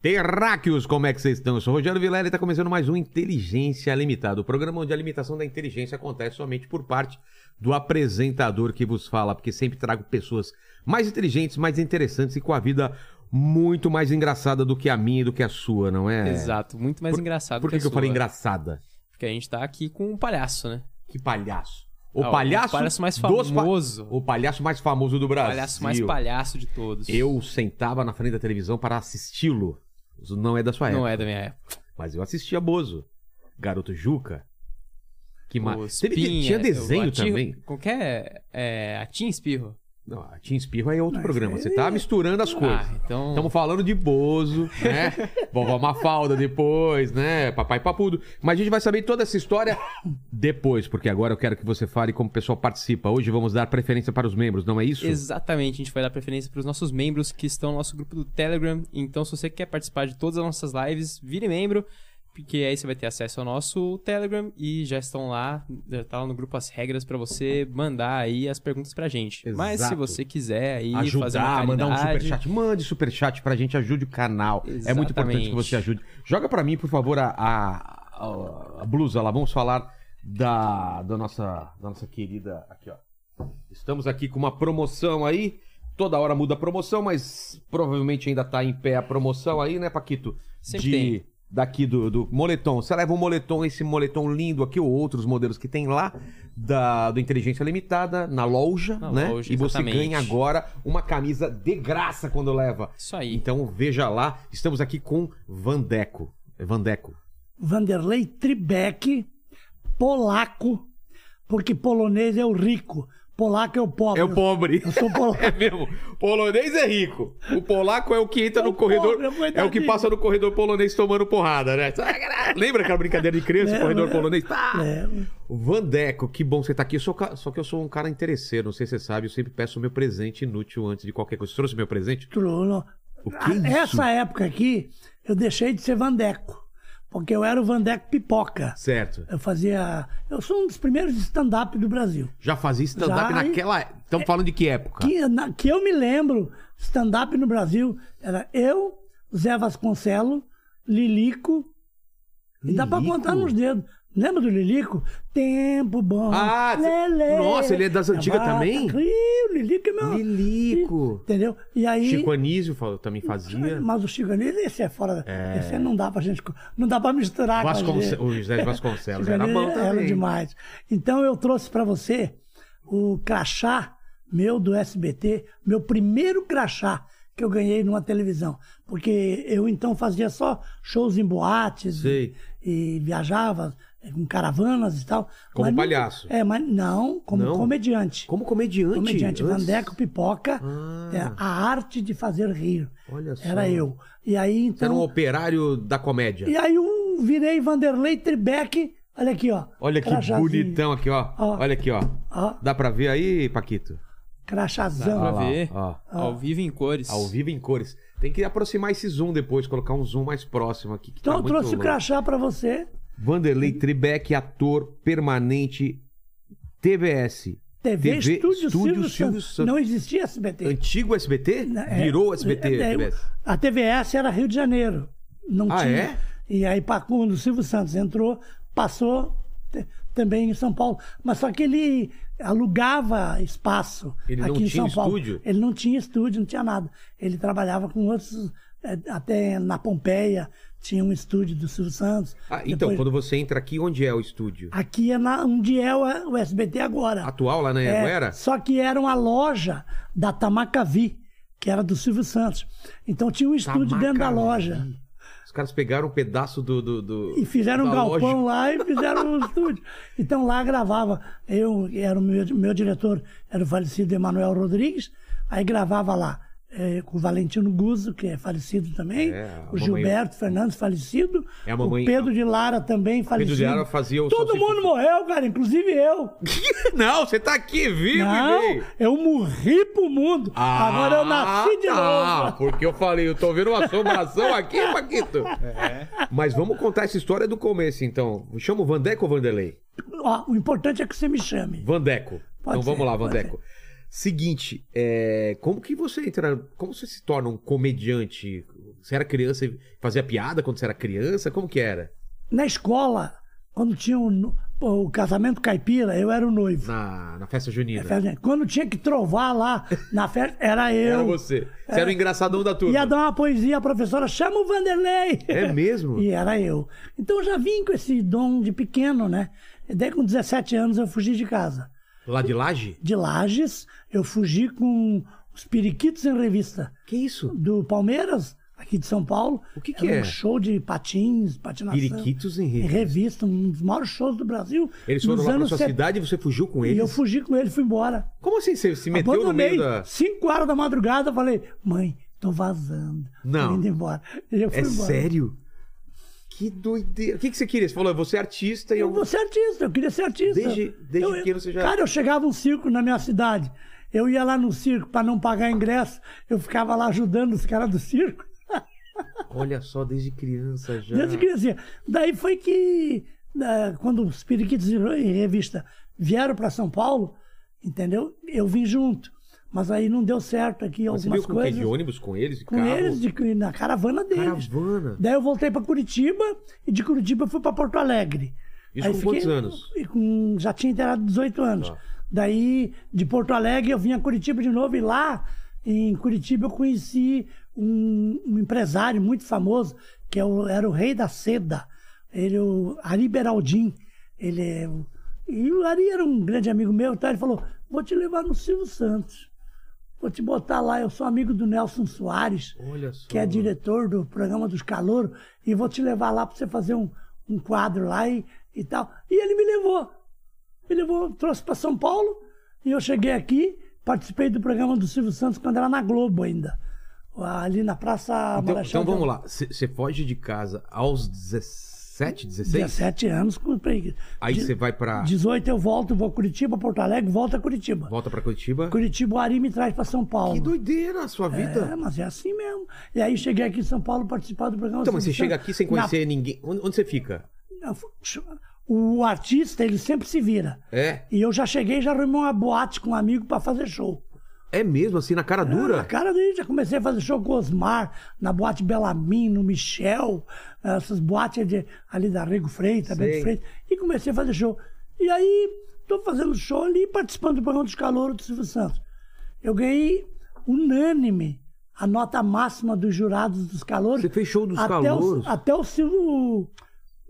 Terráqueos, como é que vocês estão? Eu sou o Rogério Vilela e está começando mais um Inteligência Limitada, o programa onde a limitação da inteligência acontece somente por parte do apresentador que vos fala, porque sempre trago pessoas mais inteligentes, mais interessantes e com a vida muito mais engraçada do que a minha e do que a sua, não é? Exato, muito mais Por- engraçado Por que, que, a que eu sua. falei engraçada? Porque a gente tá aqui com um palhaço, né? Que palhaço. O Ah, palhaço, O palhaço mais dos pa- famoso. o palhaço mais famoso do O Brasil. palhaço mais palhaço de todos. Eu sentava na frente da televisão para assisti-lo. Isso não é da sua época. Não é da minha época. Mas eu assistia Bozo. Garoto Juca. Que ma... O Teve- Espinha, Tinha desenho o Atinho- também. Qualquer. É, Atim Espirro. Não, a Tim Espirro aí é outro programa. Você tá misturando as coisas. Ah, então. Estamos falando de Bozo, né? Vovó Mafalda depois, né? Papai Papudo. Mas a gente vai saber toda essa história depois, porque agora eu quero que você fale como o pessoal participa. Hoje vamos dar preferência para os membros, não é isso? Exatamente, a gente vai dar preferência para os nossos membros que estão no nosso grupo do Telegram. Então, se você quer participar de todas as nossas lives, vire membro, porque aí você vai ter acesso ao nosso Telegram e já estão lá, já tá lá no grupo as regras para você mandar aí as perguntas pra gente. Mas se Exato. você quiser aí fazer uma Ajudar, caridade, mandar um superchat. Mande superchat pra gente, ajude o canal. É muito importante Exatamente. que você ajude. Joga pra mim, por favor, a, a- a- a blusa lá. Vamos falar da, da, nossa, da nossa querida. Aqui, ó. Estamos aqui com uma promoção aí. Toda hora muda a promoção, mas provavelmente ainda tá em pé a promoção aí, né, Paquito? Sempre de, tem. Daqui do, do moletom. Você leva um moletom, esse moletom lindo aqui, ou outros modelos que tem lá, da, do Inteligência Limitada, na loja, Na né? loja, e você exatamente. ganha agora uma camisa de graça quando leva. Isso aí. Então veja lá, estamos aqui com Vandeco. É Vandeco. Vanderlei Tribeck, polaco, porque polonês é o rico, polaco é o pobre. É o pobre. Eu sou polaco. É mesmo. Polonês é rico. O polaco é o que entra no pobre, corredor. é é o o que coitadinho. passa no corredor polonês tomando porrada, né? Lembra aquela brincadeira de criança, Lembro, corredor lembro. polonês? Tá. É, Vandeco, que bom você tá aqui. Eu sou ca- só que eu sou um cara interesseiro, não sei se você sabe, eu sempre peço o meu presente inútil antes de qualquer coisa. Você trouxe meu presente? tu- não. O que é isso? Essa época aqui, eu deixei de ser Vandeco, porque eu era o Vandeco pipoca. Certo. Eu fazia. Eu sou um dos primeiros stand-up do Brasil. Já fazia stand-up Já, naquela. Estamos falando de que época? Que, na- que eu me lembro, stand-up no Brasil era eu, Zé Vasconcelo, Lilico, E dá pra Lilico? contar nos dedos. Lembra do Lilico? Tempo bom. Ah, lelê, nossa, ele é das antigas vaca, também? Ih, o Lilico é meu. Lilico. Entendeu? E aí. Chico Anísio falou- também fazia. mas o Chico Anísio, esse é fora. Esse aí não dá pra gente. Não dá pra misturar com a Vasconce- gente. O José de Vasconcelos Chico era Anísio bom também. Era demais. Então eu trouxe pra você o crachá meu do SBT, meu primeiro crachá que eu ganhei numa televisão. Porque eu então fazia só shows em boates Sei. e viajava eh, com caravanas e tal. Como Mas nunca- palhaço. é, mas não, como Não? comediante. Como comediante. Comediante, antes- Vandeco Pipoca, Ah. é, a arte de fazer rir. Olha só. Era eu. E aí Você era um então. operário da comédia. E aí eu virei Vanderlei Tribeck. Olha aqui, ó. Olha que Crachazinho. bonitão aqui, ó. Ó. Olha aqui, ó. Ó, Dá pra ver aí, Paquito? Dá Olha crachazão. pra Ah, lá, ver. ó. Ao vivo em cores. Ao vivo em cores. Tem que aproximar esse zoom depois, colocar um zoom mais próximo aqui. que Então tá eu muito trouxe o longe. crachá pra você. Vanderlei Tribeck, ator permanente TVS. TV, TV, Estúdio, Estúdio Silvio, Silvio Santos. Santos. Não existia SBT. Antigo SBT? É, Virou SBT. é, é, TVS. A TVS era Rio de Janeiro. Não Ah, tinha. é? E aí, pa- quando o Silvio Santos entrou, passou te- também em São Paulo. Mas só que ele alugava espaço Ele não aqui em tinha São Paulo. estúdio? Ele não tinha estúdio, não tinha nada. Ele trabalhava com outros. eh, Até na Pompeia tinha um estúdio do Silvio Santos. Ah, então, Depois- quando você entra aqui, onde é o estúdio? Aqui é na, onde é o o SBT agora. Atual lá na É, Anhanguera? Só que era uma loja da Tamacavi, que era do Silvio Santos. Então tinha um estúdio Tamacavi. dentro da loja. Os caras pegaram um pedaço do. do, do- E fizeram um da galpão loja. lá e fizeram um estúdio. Então lá gravava. Eu era o meu, meu diretor, era o falecido Emanuel Rodrigues, aí gravava lá eh, com o Valentino Guzzo, que é falecido também, É, a o mamãe- Gilberto Fernandes, falecido, É a mamãe- o Pedro de Lara também, Pedro falecido. de Lara fazia o Todo salsicha- mundo morreu, cara, inclusive eu. Não, você tá aqui vivo, Não, velho. eu morri pro mundo. Agora eu nasci de tá, novo. porque eu falei, eu tô vendo uma assombração aqui, Paquito. Mas vamos contar essa história do começo, então. Chama o Vandeco ou Vanderlei? Ó, o importante é que você me chame. Vandeco. Pode então ser, vamos lá, pode Vandeco. Seguinte, é, como que você entra. Como você se torna um comediante? Você era criança e fazia piada quando você era criança? Como que era? Na escola, quando tinha o, no- pô, o casamento caipira, eu era o noivo. Na, na festa É, junina? Quando tinha que trovar lá na festa, era eu. Era você. Você era o engraçadão da turma. Ia dar uma poesia, É. a professora chama o Vanderlei. É mesmo? E era eu. Então eu já vim com esse dom de pequeno, né? E daí com 17 anos eu fugi de casa. Lá de laje? De Lages, eu fugi com os periquitos em revista. Que isso? do Palmeiras, aqui de São Paulo. O que que Era é? Um show de patins, patinação. Periquitos em Em revista. revista, um dos maiores shows do Brasil. Eles foram nos lá pra anos sua 70. cidade e você fugiu com E eles? eu fugi com ele, fui embora. Como assim? Você se meteu no Abandonei. meio da... 5 horas da madrugada, falei, mãe, tô vazando. Não. Tô indo embora. E eu fui É embora. sério? Que doideira. O que, que você queria? Você falou, você é artista e Eu eu... vou ser artista, eu queria ser artista. Desde- desde Eu- pequeno você já- Cara, eu chegava um circo na minha cidade. Eu ia lá no circo para não pagar ingresso. Eu ficava lá ajudando os caras do circo. Olha só, desde criança já. Desde criancinha. assim, Daí foi que, né, quando os Periquitos em re- em Revista vieram para São Paulo, entendeu? Eu vim junto. Mas aí não deu certo aqui Mas você algumas viu com o quê? coisas. De ônibus com eles? De com carro? eles, de- na caravana deles. Caravana. Daí eu voltei para Curitiba e de Curitiba eu fui para Porto Alegre. Isso com quantos anos? e com- já tinha inteirado 18 anos. Tá. Daí, de Porto Alegre, eu vim a Curitiba de novo e lá em Curitiba eu conheci um, um empresário muito famoso, que é o- era o rei da seda. Ele, é o Ari Beraldin. Ele é o- e o Ari era um grande amigo meu, então ele falou: vou te levar no Silvio Santos. Vou te botar lá, eu sou amigo do Nelson Soares Olha só. que é diretor do programa dos Calouros, e vou te levar lá para você fazer um, um quadro lá e, e tal. E ele me levou. Me levou, trouxe para São Paulo, e eu cheguei aqui, participei do programa do Silvio Santos quando era na Globo ainda. Ah, Ali na Praça Então, Marechal. então de- vamos lá. Você você foge de casa aos 17, 16? 17 anos. com- Aí de- você vai pra... 18 eu volto, vou a Curitiba, Porto Alegre, volto a Curitiba. Volta pra Curitiba. Curitiba, o Ari me traz para São Paulo. Que doideira a sua vida. É, mas é assim mesmo. E aí cheguei aqui em São Paulo participar do programa. Então, mas você Silvio chega Santos. aqui sem Na conhecer ninguém. Onde, onde você fica? um O artista, ele sempre se vira. É? E eu já cheguei, já arrumei uma boate com um amigo pra fazer show. É mesmo, assim, na cara Na dura? cara dele, já comecei a fazer show com o Osmar, na boate Belamin, no Michel, essas boates de- ali da Rego Freitas, Bento Sei. Freitas. E comecei a fazer show. E aí, tô fazendo show ali, participando do programa dos calouros do Silvio Santos. Eu ganhei unânime a nota máxima dos jurados dos calouros. Você fez show dos até calouros? O, até o Silvio o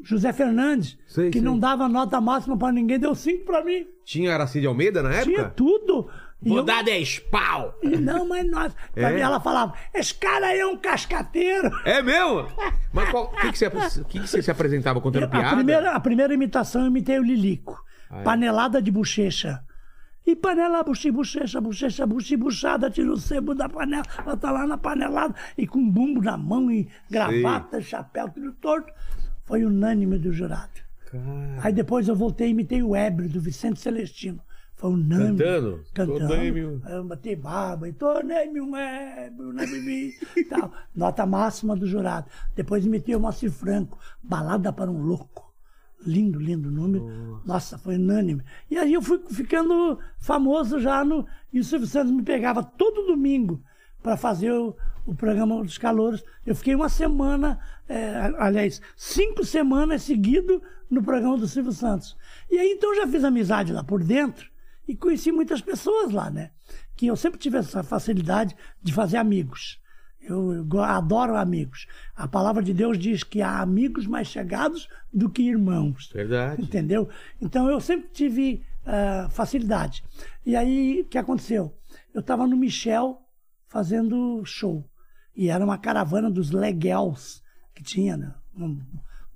José Fernandes, Sei, que sei. não dava nota máxima pra ninguém, deu cinco pra mim. Tinha Aracide Almeida na época? é Tinha tudo. E Vou eu- dar 10 pau! e Não, mas nós. Pra É? mim ela falava, esse cara aí é um cascateiro. É mesmo? Mas qual- o que, que, você, o que, que você se apresentava contando piada? A primeira, a primeira imitação eu imitei o Lilico. Ah, é? Panelada de bochecha. E panela, buchi, bochecha, bochecha, buchi, buchada, tira o sebo da panela, bota lá na panelada, e com bumbo na mão, e gravata, chapéu, tudo torto. Foi unânime do jurado. Cara, Aí depois eu voltei e imitei o Ébrio, do Vicente Celestino. Foi unânime. Cantando? Cantando. Tornei-me um- Eu bati barba e tornei-me um ébrio na bebi. e tal. Nota máxima do jurado. Depois imitei o Moacir Franco, Balada para um Louco. Lindo, lindo número. Nossa, foi unânime. E aí eu fui ficando famoso já no... E o Silvio Santos me pegava todo domingo para fazer o, o programa dos calouros. Eu fiquei uma semana, é, aliás, cinco semanas seguido no programa do Silvio Santos. E aí então eu já fiz amizade lá por dentro e conheci muitas pessoas lá, né? Que eu sempre tive essa facilidade de fazer amigos. Eu, eu go- adoro amigos. A palavra de Deus diz que há amigos mais chegados do que irmãos. é verdade. Entendeu? Então eu sempre tive ah, facilidade. E aí, o que aconteceu? Eu estava no Michel fazendo show. E era uma caravana dos Legels que tinha, né? Um,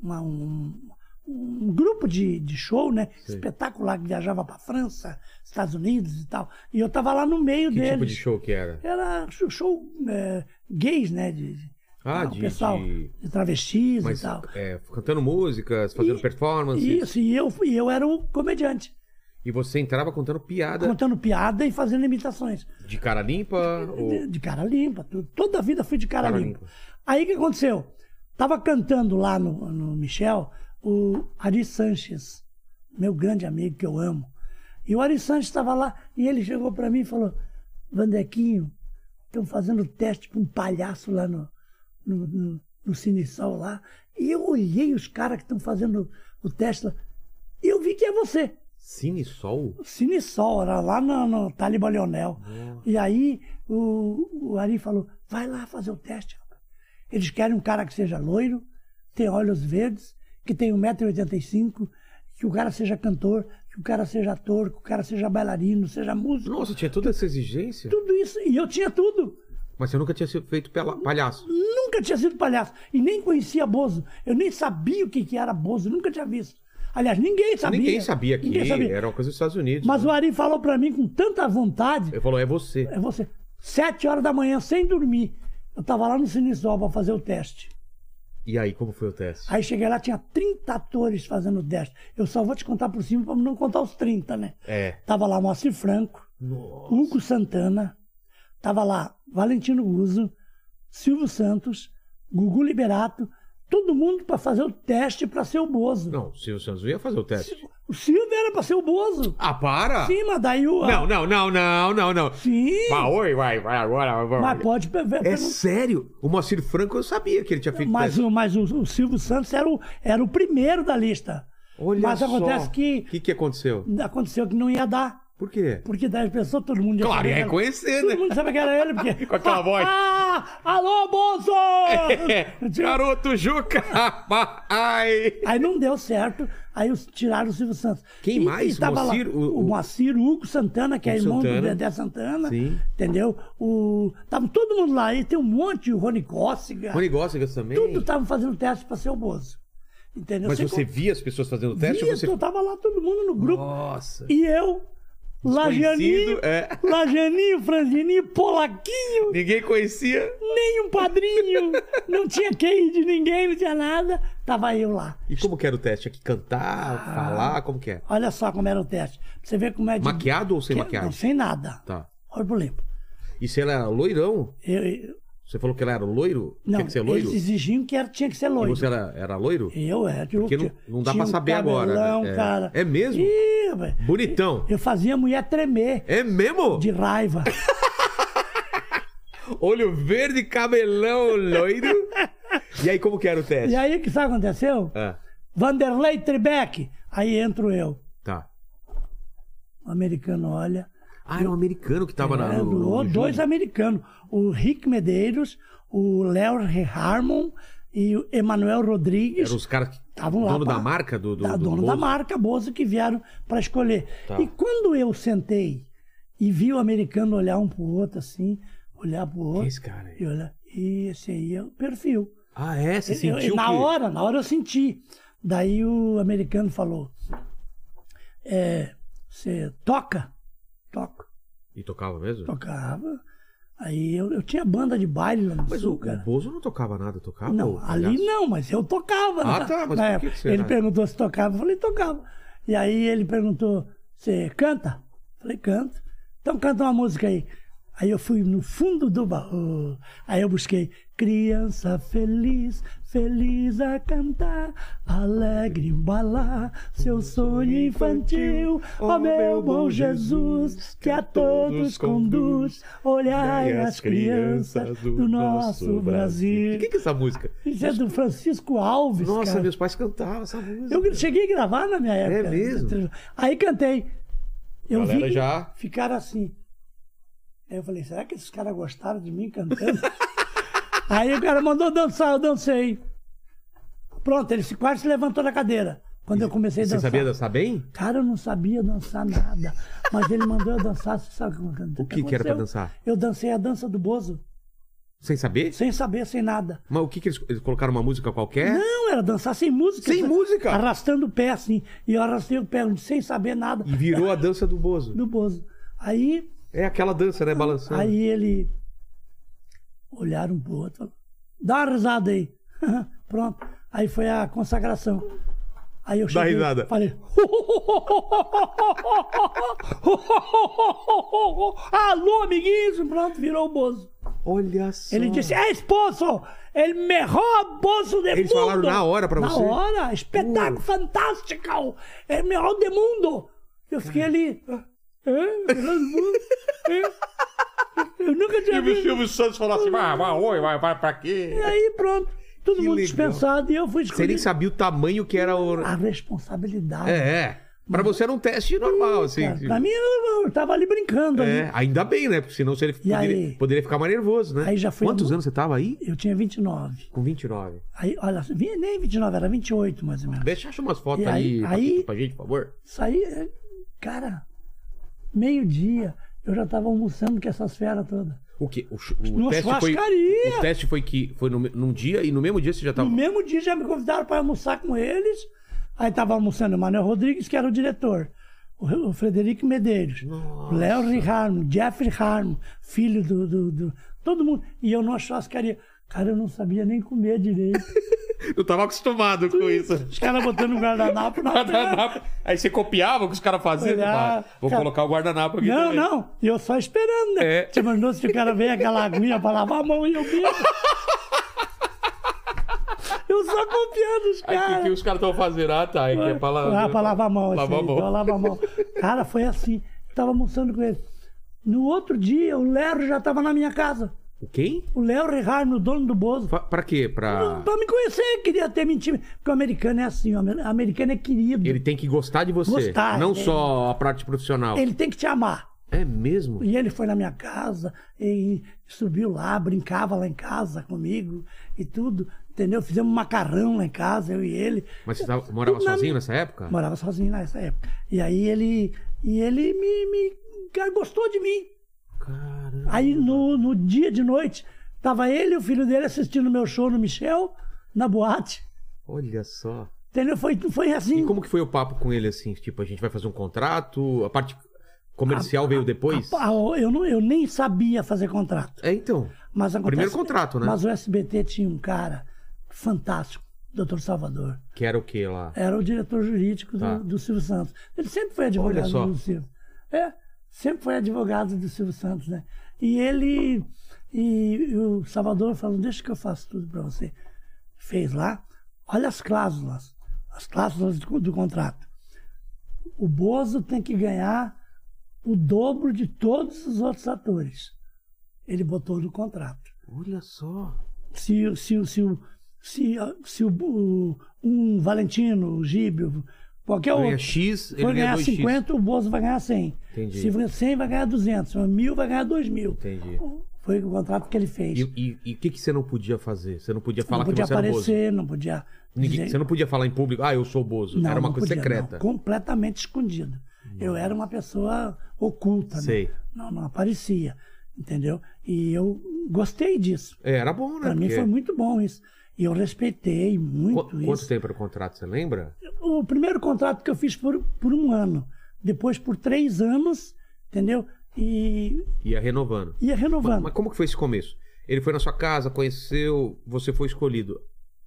uma- um- um grupo de, de show, né? Sei. Espetacular, que viajava para França, Estados Unidos e tal. E eu tava lá no meio Que deles. tipo de show que era? Era show, show é, gays, né? De, de- Ah, o de- pessoal de- travestis Mas assim? e tal. é, cantando músicas, fazendo E- performances. Isso, e eu, e eu era o comediante, E você entrava contando piada contando piada e fazendo imitações. de cara limpa? De, ou... de cara limpa, tudo. toda a vida fui de cara, Cara limpa. limpa. Aí o que aconteceu? Tava cantando lá no, no Michel o Ari Sanches, meu grande amigo que eu amo. E o Ari Sanches estava lá e ele chegou para mim e falou: Vandequinho, estão fazendo teste com um palhaço lá no, no, no, no Cine Sol lá. E eu olhei os caras que estão fazendo o teste lá. E eu vi que é você. Cine Sol? Cine Sol, era lá no, no Taliba Leonel. E aí o, o Ari falou: vai lá fazer o teste. rapaz. Eles querem um cara que seja loiro, tem olhos verdes, que um tenha 1,85m, que o cara seja cantor, que o cara seja ator, que o cara seja bailarino, seja músico. Nossa, tinha toda essa exigência? Tudo isso. E eu tinha tudo. Mas você nunca tinha sido feito pela- palhaço. Nunca tinha sido palhaço. E nem conhecia Bozo. Eu nem sabia o que, que era Bozo, nunca tinha visto. Aliás, ninguém sabia. Ninguém sabia que Ninguém sabia. era uma coisa dos Estados Unidos. Mas né? o Ari falou pra mim com tanta vontade Ele falou, é você. É você. Sete horas da manhã, sem dormir. Eu tava lá no Sinisol pra fazer o teste. E aí, como foi o teste? Aí cheguei lá, tinha 30 atores fazendo o teste. Eu só vou te contar por cima pra não contar os 30, né? É. Tava lá Moacir Franco, Nossa. Hugo Santana, tava lá Valentino Guzzo, Silvio Santos, Gugu Liberato, todo mundo pra fazer o teste pra ser o Bozo. Não, o Silvio Santos não ia fazer o teste. O Silvio era pra ser o Bozo. Ah, para! Sim, mas daí o. Não, não, não, não, não, não. Sim, Ah, oi, vai, vai, agora. vai. mas pode pe- pe- É sério? O Moacir Franco, eu sabia que ele tinha feito Mas, teste. o, mas o, o Silvio Santos era o, era o primeiro da lista. Olha mas só. acontece que O que, que aconteceu? aconteceu que não ia dar. Por quê? Porque 10 pessoas, todo mundo ia Claro, saber ia que era- reconhecer, né? Todo mundo sabe que era ele, porque. Com aquela voz. É, Ah, alô, Bozo! Garoto Juca! Ai! Aí não deu certo, aí os, tiraram o Silvio Santos. Quem mais? tava Moacir? Lá, O- o, o- Moacir, o Hugo Santana, que é Hugo irmão do Santana. Dedé Santana. Sim. Entendeu? O, tava todo mundo lá, aí tem um monte, o Rony Cossiga. Rony Góssegas também? Tudo tá- estavam fazendo teste para ser o Bozo. Entendeu? Mas Sem você con- via as pessoas fazendo o teste? ou Isso, você... eu tava lá todo mundo no grupo. Nossa! E eu, Lajaninho, é. Lajaninho, Franzininho, Polaquinho, Ninguém conhecia. nenhum padrinho, não tinha quem de ninguém, não tinha nada. Tava eu lá. E como que era o teste? Tinha que cantar, Ah. falar, como que é? Olha só como era o teste. Pra você ver como é de... Maquiado ou sem Que- maquiagem? Não, sem nada. Tá. Corpo limpo. E se ela era loirão? Eu, eu- Você falou que ela era loiro? não, Tinha que ser loiro? eles exigiam que era, tinha que ser E loiro. você era, era loiro? Eu era. tipo, um Porque não- não dá pra saber agora, né? É. Cara. É mesmo? Ih, rapaz. Bonitão. Eu fazia a mulher tremer É mesmo? de raiva. Olho verde, cabelão loiro. e aí, como que era o teste? E aí, o que sabe o que aconteceu? Ah, Vanderlei Tribeck. Aí entro eu. tá. O americano olha. Ah, era um americano que tava na. É, No, no, o- dois jogo. americanos. O Rick Medeiros, o Léo Harmon e o Emanuel Rodrigues. Eram os caras que. Estavam lá. dono pra- da marca do. do, da- do dono da Bozo? marca, Bozo, que vieram para escolher. Tá. E quando eu sentei e vi o americano olhar um pro outro assim, olhar pro Quem é outro. Esse cara aí. E olhar, e esse aí é o perfil. Ah, é? Você Eu- eu- sentiu na que... hora, na hora eu senti. Daí o americano falou: é, Você toca? Toco. E tocava mesmo? Tocava. Aí eu, eu tinha banda de baile lá no Mas o, sul, o cara. Bozo não tocava nada, tocava? Não, o ali palhaço? não, mas eu tocava. Ah, né? tá, mas Na por que que época. será? Ele perguntou se tocava, eu falei, tocava. E aí ele perguntou, você canta? Eu falei, canto. Então canta uma música aí. Aí eu fui no fundo do baú. Aí eu busquei Criança feliz, feliz a cantar, alegre embalar seu sonho infantil. Ó meu bom Jesus, que a todos conduz, olhai as crianças do nosso Brasil. O que, que é essa música? Isso é do Francisco Alves. Nossa, cara. meus pais cantavam essa música. Eu cheguei a gravar na minha época. mesmo? Aí cantei. Eu Galera vi que já- ficaram assim. Aí eu falei, será que esses caras gostaram de mim cantando? Aí o cara mandou dançar, eu dancei. Pronto, ele se- quase se levantou da cadeira quando eu comecei a Você dançar. sabia dançar bem? Cara, eu não sabia dançar nada. Mas ele mandou eu dançar, você sabe como eu cantei? O que que era pra dançar? Eu dancei a dança do Bozo. Sem saber? sem saber, sem nada. Mas o que, que eles, eles colocaram uma música qualquer? Não, era dançar sem música. É? Sem música? Arrastando o pé, assim. E eu arrastei o pé, sem saber nada. E virou a dança do Bozo. Do Bozo. Aí, É aquela dança, né? Balançando. aí ele... Olharam um pro outro. falaram, Dá uma risada aí. Pronto. Aí foi a consagração. Aí eu cheguei, risada. falei... Alô, amiguinhos! Pronto, virou o Bozo. Olha só. Ele disse, é esposo, el mejor bolso do Eles mundo. falaram na hora pra você? Na hora, espetáculo fantástico, el melhor do mundo. Eu fiquei ali, é, melhor do mundo, é. eu nunca tinha visto. Silvio Santos falou assim: vai, vai, oi, vai, vai pra quê? E aí pronto, todo Que mundo legal. dispensado e eu fui Você nem escolhido. sabia o tamanho que era o. A responsabilidade. É, é. Pra você era um teste normal, assim. Cara, assim. pra mim, eu, eu tava ali brincando. É, ali. ainda bem, né? Porque senão você poderia, aí? poderia ficar mais nervoso, né? Aí já foi Quantos mu- anos você tava aí? Eu tinha 29. Com 29. Aí, olha, vi- nem 29, era 28 mais ou menos. Deixa acha umas fotos E aí, aí- aí- pra gente, por favor. Saí, é, cara, meio-dia, eu já tava almoçando com essas feras todas. O quê? O, chu- o Numa teste foi. churrascaria! O teste foi que foi no, num dia e no mesmo dia você já tava. No mesmo dia já me convidaram para almoçar com eles. Aí tava almoçando o Manuel Rodrigues, que era o diretor. O, Re- o Frederico Medeiros. o Léo Riharmo, Jeffrey Harmo, filho do, do, do- Todo mundo. E eu numa churrascaria. Cara, eu não sabia nem comer direito. Eu tava acostumado com isso. Os caras botando um guardanapo na terra. Aí você copiava o que os caras faziam. Olhar. Ah, Vou Cara- colocar o guardanapo aqui. Não, também. não. E eu só esperando, né? É. Te mandou se o cara vem aquela aguinha pra lavar a mão e eu bebo. Eu só confiando os Aí o que, que caras. os caras estão fazendo? Ah, tá. É que é pra lavar. Ah, pra lavar a mão. Lavar a assim, então mão. lava a mão. Cara, foi assim. Tava almoçando com ele. No outro dia, o Léo já tava na minha casa. Quem? O Léo Riharmo, o dono do Bozo. Fa- Pra quê? Pra. Pra me conhecer, queria ter mentira. Porque o americano é assim, o amer- o americano é querido. Ele tem que gostar de você. Gostar, não é. só a parte profissional. Ele tem que te amar. É mesmo? E ele foi na minha casa e subiu lá, brincava lá em casa comigo e tudo, entendeu? Fizemos macarrão lá em casa, eu e ele. Mas você tava- morava Tudo na sozinho minha- nessa época? Morava sozinho nessa época. E aí ele, e ele me, me cara, gostou de mim. Caramba. Aí no, no dia de noite, tava ele e o filho dele assistindo meu show no Michel, na boate. Olha só. Entendeu? Foi, foi assim. E como que foi o papo com ele assim? Tipo, a gente vai fazer um contrato? A parte comercial veio depois? Ah, Eu, não, eu nem sabia fazer contrato. É, então. Mas acontece- Primeiro contrato, né? Mas o SBT tinha um cara fantástico, Dr. Salvador. Que era o que lá? Era o diretor jurídico do, Tá. do Silvio Santos. Ele sempre foi Olha só. advogado do Silvio. É, sempre foi advogado do Silvio Santos, né? E ele e o Salvador falou: "Deixa que eu faço tudo para você". Fez lá. Olha as cláusulas, as cláusulas do, do contrato. O Bozo tem que ganhar o dobro de todos os outros atores. Ele botou no contrato Olha só. se, se, se, o- se, a- se o, o- um Valentino, o Gíbio, qualquer Ganha outro, X, ele for ganha ganhar 2X. 50, o Bozo vai ganhar 100. Entendi. Se for 100, vai ganhar 200. Se for 1.000, vai ganhar 2.000. Entendi. Foi o contrato que ele fez. E- E e o que, que você não podia fazer? Você não podia falar não podia que você era aparecer, não podia... Bozo. Ninguém- dizer- Você não podia falar em público, ah, eu sou Bozo. Não, era uma não coisa podia, não. secreta. Hum. completamente escondido. Eu era uma pessoa oculta. né? Sei. Não, não aparecia, entendeu? E eu gostei disso. É, era bom, né? Para mim Porque- foi muito bom isso. E eu respeitei muito Qu- isso. Quanto tempo era o contrato, você lembra? o primeiro contrato que eu fiz por, por um ano, depois por três anos, entendeu? E Ia renovando. ia Mas, renovando. mas como que foi esse começo? Ele foi na sua casa, conheceu, você foi escolhido.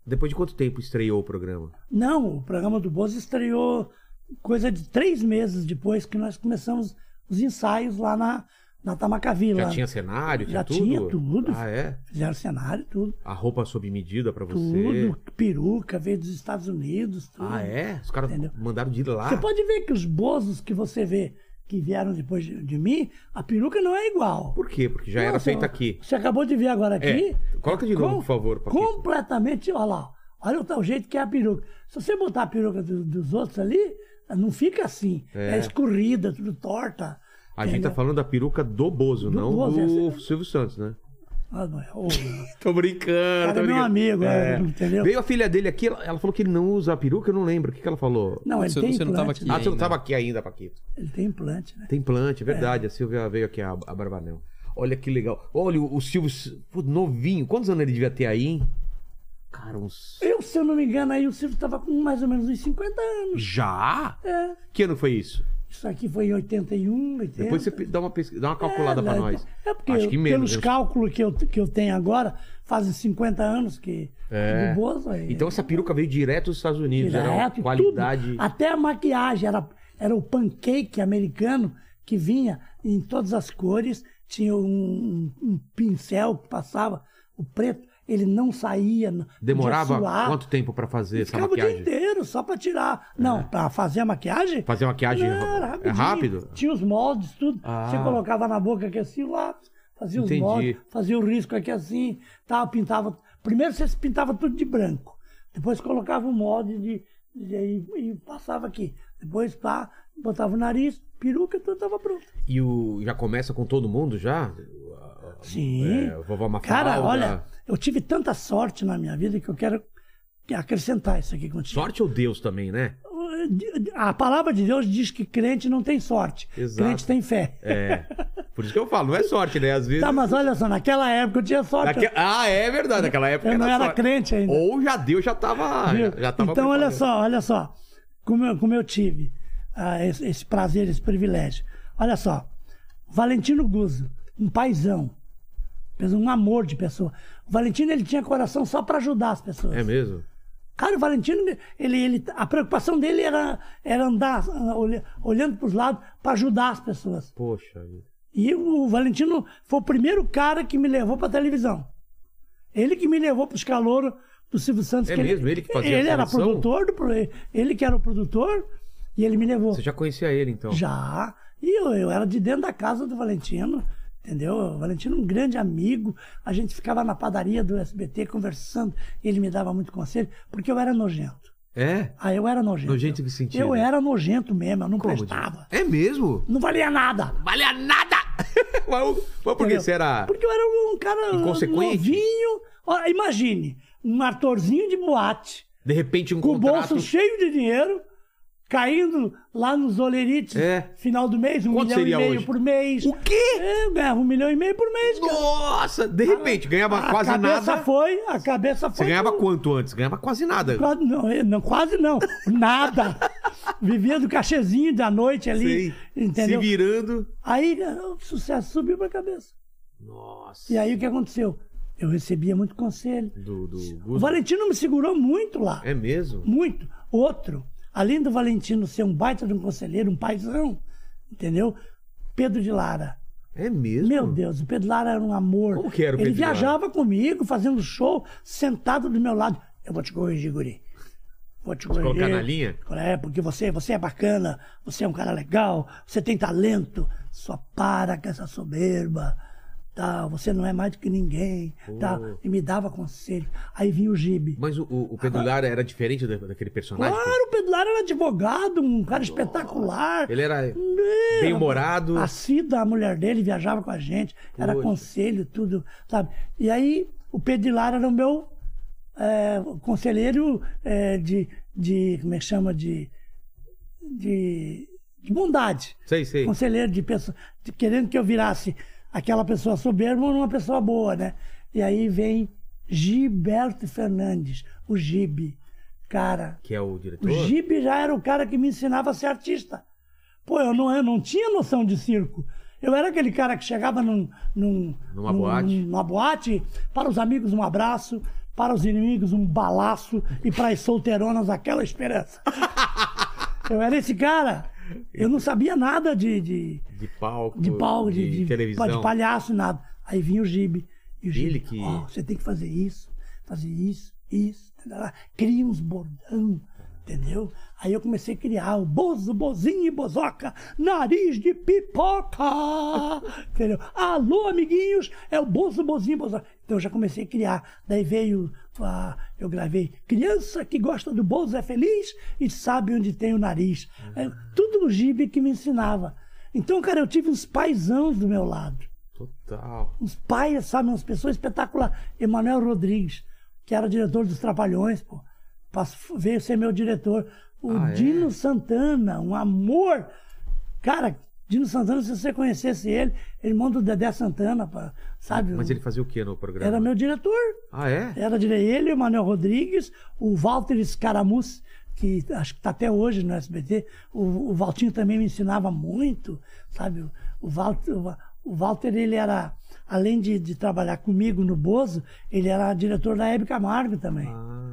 Depois de quanto tempo estreou o programa? Não, o programa do Bozo estreou coisa de três meses depois que nós começamos os ensaios lá na, na Tamacavila. Já tinha cenário, tinha Já tudo? tinha tudo. Ah, é? Fizeram cenário, tudo. A roupa sob medida pra você? Tudo, peruca, veio dos Estados Unidos, tudo. Ah, é? Ah. Os caras Entendeu? mandaram de lá. Você pode ver que os bozos que você vê que vieram depois de, de mim, a peruca não é igual. Por quê? Porque já era Nossa, feito aqui. Você acabou de ver agora aqui. É. Coloca de novo, Com- por favor, Paquito. Completamente, olha lá. Olha o tal jeito que é a peruca. Se você botar a peruca do- dos outros ali, não fica assim. É. É, escorrida, tudo torta. A gente tá falando da peruca do Bozo, Do não Bozo, do essa- Silvio Santos, né? Ah, não é. Ô, Tô brincando, Cara, é meu amigo, é, entendeu? Veio a filha dele aqui, ela, ela falou que ele não usa a peruca, eu não lembro. O que, que ela falou? Não, ele Você- tem você não tava implante. aqui. né? ah, você não ainda. tava aqui ainda, Paquito. Ele tem implante, né? Tem implante, é verdade. A Silvia veio aqui, a, a Barbanel. Olha que legal. Olha o, o Silvio. S- pô, novinho. Quantos anos ele devia ter aí? hein? Cara, uns. Eu, se eu não me engano, aí o Silvio estava com mais ou menos uns 50 anos. Já? É. Que ano foi isso? Isso aqui foi em 81, 80. Depois você pe- dá uma, pesqu- dá uma calculada pra né, nós. É porque Acho que menos. pelos né? cálculos que eu, que eu tenho agora, fazem 50 anos que É. do Bozo. aí. Então essa peruca veio direto dos Estados Unidos. Direto, era uma tudo. qualidade. Até a maquiagem era, era o pancake americano que vinha em todas as cores, tinha um, um pincel que passava, o preto, ele não saía. não podia Demorava suar. quanto tempo pra fazer essa Ficava o dia maquiagem? É. inteiro só pra tirar. Não, pra fazer a maquiagem. Fazer maquiagem Era é rapidinho. rápido? Tinha os moldes, tudo. Ah. Você colocava na boca aqui assim, o lápis, fazia os Entendi. moldes, fazia o risco aqui assim, tal, pintava. Primeiro você pintava tudo de branco. Depois colocava o molde de, de- e, e passava aqui. Depois pá, botava o nariz, peruca, tudo tava pronto. E o, já começa com todo mundo já? Sim. É, vovó Mafalda. Cara, olha, eu tive tanta sorte na minha vida que eu quero acrescentar isso aqui contigo. Sorte ou Deus também, né? A palavra de Deus diz que crente não tem sorte. Exato. Crente tem fé. É. Por isso que eu falo, não é sorte, né? Às vezes. Tá, mas olha só, naquela época eu tinha sorte. Naque- Ah, é verdade. Naquela época Eu não era sorte. crente ainda. Ou já Deus já tava. viu? Já, já tava então, olha preparado. só, olha só. Como eu, como eu tive ah, esse, esse prazer, esse privilégio. Olha só. Valentino Guzzo, um paizão. Fez Um amor de pessoa. O Valentino ele tinha coração só para ajudar as pessoas. É mesmo? Cara, o Valentino, ele, ele, a preocupação dele era, era andar ah, olha- olhando para os lados para ajudar as pessoas. Poxa vida. E o Valentino foi o primeiro cara que me levou pra televisão. Ele que me levou pros calouros do Silvio Santos. É mesmo? Ele que fazia a Ele era seleção? produtor, do pro- ele que era o produtor, e ele me levou. Você já conhecia ele, então? Já. E eu, eu era de dentro da casa do Valentino, entendeu? O Valentino, um grande amigo. A gente ficava na padaria do SBT conversando. Ele me dava muito conselho, porque eu era nojento. É? Ah, eu era nojento. Nojento em que sentido? Eu era nojento mesmo, eu não Como, prestava. Diego? É mesmo? Não valia nada. Valia nada! mas, mas por que Entendeu? será? Porque eu era um cara Inconsequente? novinho. Olha, imagine, um atorzinho de boate, De repente um com contrato. o bolso cheio de dinheiro, caindo lá nos olerites, É. final do mês, um Quanto milhão seria e meio hoje? por mês. O quê? É, eu ganhava um milhão e meio por mês. cara. Nossa, de repente, ganhava a quase cabeça nada. foi, a cabeça foi. Você ganhava do- quanto antes? Ganhava quase nada. Quase não, eh, não, quase não. Nada. Vivia do cachezinho da noite ali. Sei. Entendeu? Se virando. Aí o sucesso subiu pra cabeça. Nossa. E aí o que aconteceu? Eu recebia muito conselho. Do, do O Valentino me segurou muito lá. É mesmo? Muito. Outro, além do Valentino ser um baita de um conselheiro, um paizão, entendeu? Pedro de Lara. É mesmo? Meu Deus, o Pedro de Lara era um amor. Como que era o Ele Pedro de Lara? viajava comigo, fazendo show, sentado do meu lado. Eu vou te corrigir, guri. Vou te corrigir. colocar na linha? É, porque você, você é bacana, você é um cara legal, você tem talento. Só para com essa soberba. Tal, você não é mais do que ninguém. Tal. E me dava conselho. Aí vinha o Gibe. Mas o, o o Pedro Lara era diferente da- daquele personagem? Claro, o Pedro Lara era advogado, um cara espetacular. Ele era É, bem-humorado. A Cida, a mulher dele, viajava com a gente, era Poxa. conselho, tudo, sabe? E aí, o Pedro Lara era o meu é, conselheiro é, de, de. Como é que chama? De. De, de bondade. Sei, sei. Conselheiro de pessoa. de- querendo que eu virasse aquela pessoa soberba ou uma pessoa boa, né? E aí vem Gilberto Fernandes, o Gibe. Cara, Que é o diretor? o Gibe já era o cara que me ensinava a ser artista. Pô, eu não, eu não tinha noção de circo. Eu era aquele cara que chegava num, num- Numa num- boate. numa boate, para os amigos um abraço, para os inimigos um balaço e para as solteironas aquela esperança. eu era esse cara. Eu não sabia nada de, de, De palco. de pau, de, de- televisão. de palhaço, nada. Aí vinha o Gibe. E o Gibe, Ele que- ó, você tem que fazer isso, fazer isso, isso. tá, tarará. Cria uns bordão, entendeu? Aí eu comecei a criar o Bozo, Bozinho e Bozoca, nariz de pipoca, entendeu? Alô, amiguinhos, é o Bozo, Bozinho e Bozoca. Então eu já comecei a criar. Daí veio, ah, eu gravei Criança que gosta do Bozo é feliz e sabe onde tem o nariz. É, tudo o Gibe que me ensinava. Então, cara, eu tive uns paisãos do meu lado. Total. Uns pais, sabe? Umas pessoas espetaculares. Emanuel Rodrigues, que era diretor dos Trapalhões, pô. passou- veio ser meu diretor. O Ah, é? Dino Santana, um amor. Cara, Dino Santana, se você conhecesse ele, irmão do Dedé Santana, pra- sabe? Mas ele fazia o que no programa? Era meu diretor. Ah, é? Era dire- ele, o Manuel Rodrigues, o Walter Escaramuz, que acho que está até hoje no SBT. O, o Valtinho também me ensinava muito, sabe? O, o Walter, o Va- o Walter, ele era, além de, de trabalhar comigo no Bozo, ele era diretor da Hebe Camargo também. Ah,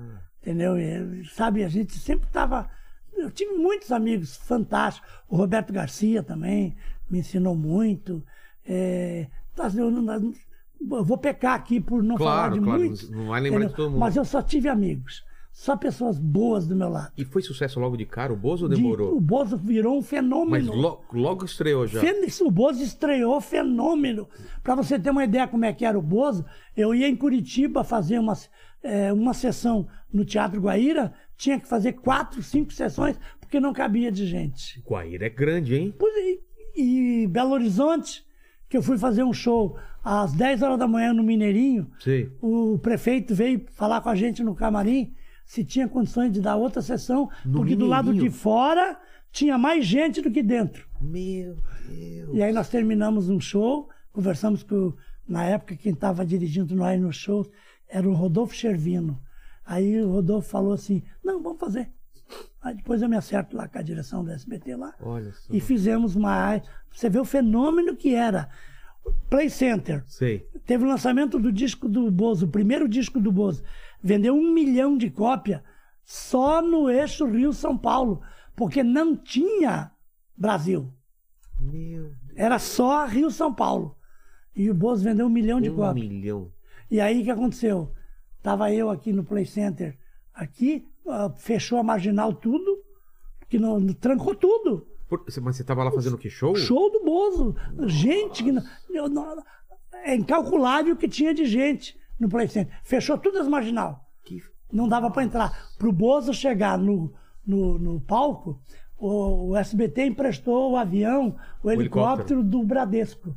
Entendeu? E, sabe, a gente sempre estava. Eu tive muitos amigos fantásticos. O Roberto Garcia também me ensinou muito. É, tá, eu, não- eu vou pecar aqui por não Claro, falar de claro, muitos. não vai lembrar de entendeu? todo mundo. Mas eu só tive amigos. Só pessoas boas do meu lado. E foi sucesso logo de cara? O Bozo De- demorou? o Bozo virou um Mas fenômeno. lo- logo estreou já. Fênix, o Bozo estreou fenômeno. Para você ter uma ideia como é que era o Bozo, eu ia em Curitiba fazer uma, eh, uma sessão no Teatro Guaíra, tinha que fazer quatro, cinco sessões, porque não cabia de gente. Guaíra é grande, hein? Pois é, e, e Belo Horizonte, que eu fui fazer um show às 10 horas da manhã no Mineirinho, Sei. o prefeito veio falar com a gente no camarim se tinha condições de dar outra sessão, No porque do lado de Mineirinho? fora tinha mais gente do que dentro. Meu Deus. E aí nós terminamos um show, conversamos com, na época, quem estava dirigindo nós no show era o Rodolfo Chervino. Aí o Rodolfo falou assim, não, vamos fazer. Aí depois eu me acerto lá com a direção do SBT lá. Olha só. E fizemos uma... Você vê o fenômeno que era. Play Center. Sei. Teve o lançamento do disco do Bozo, o primeiro disco do Bozo. Vendeu um milhão de cópia só no eixo Rio-São Paulo, porque não tinha Brasil. Meu Deus. Era só Rio São Paulo. E o Bozo vendeu um milhão de Um cópias. milhão. E aí o que aconteceu? Tava eu aqui no Play Center, aqui, ah, fechou a marginal tudo, que não, não- trancou tudo. Por- Mas você tava lá fazendo que show? Show do Bozo. Gente que não, eu não- É incalculável o que tinha de gente no Play Center. Fechou tudo as marginal. Que- Não dava para entrar. Para o Bozo chegar no, no, no palco, o, o SBT emprestou o avião, o, helicóptero. helicóptero do Bradesco.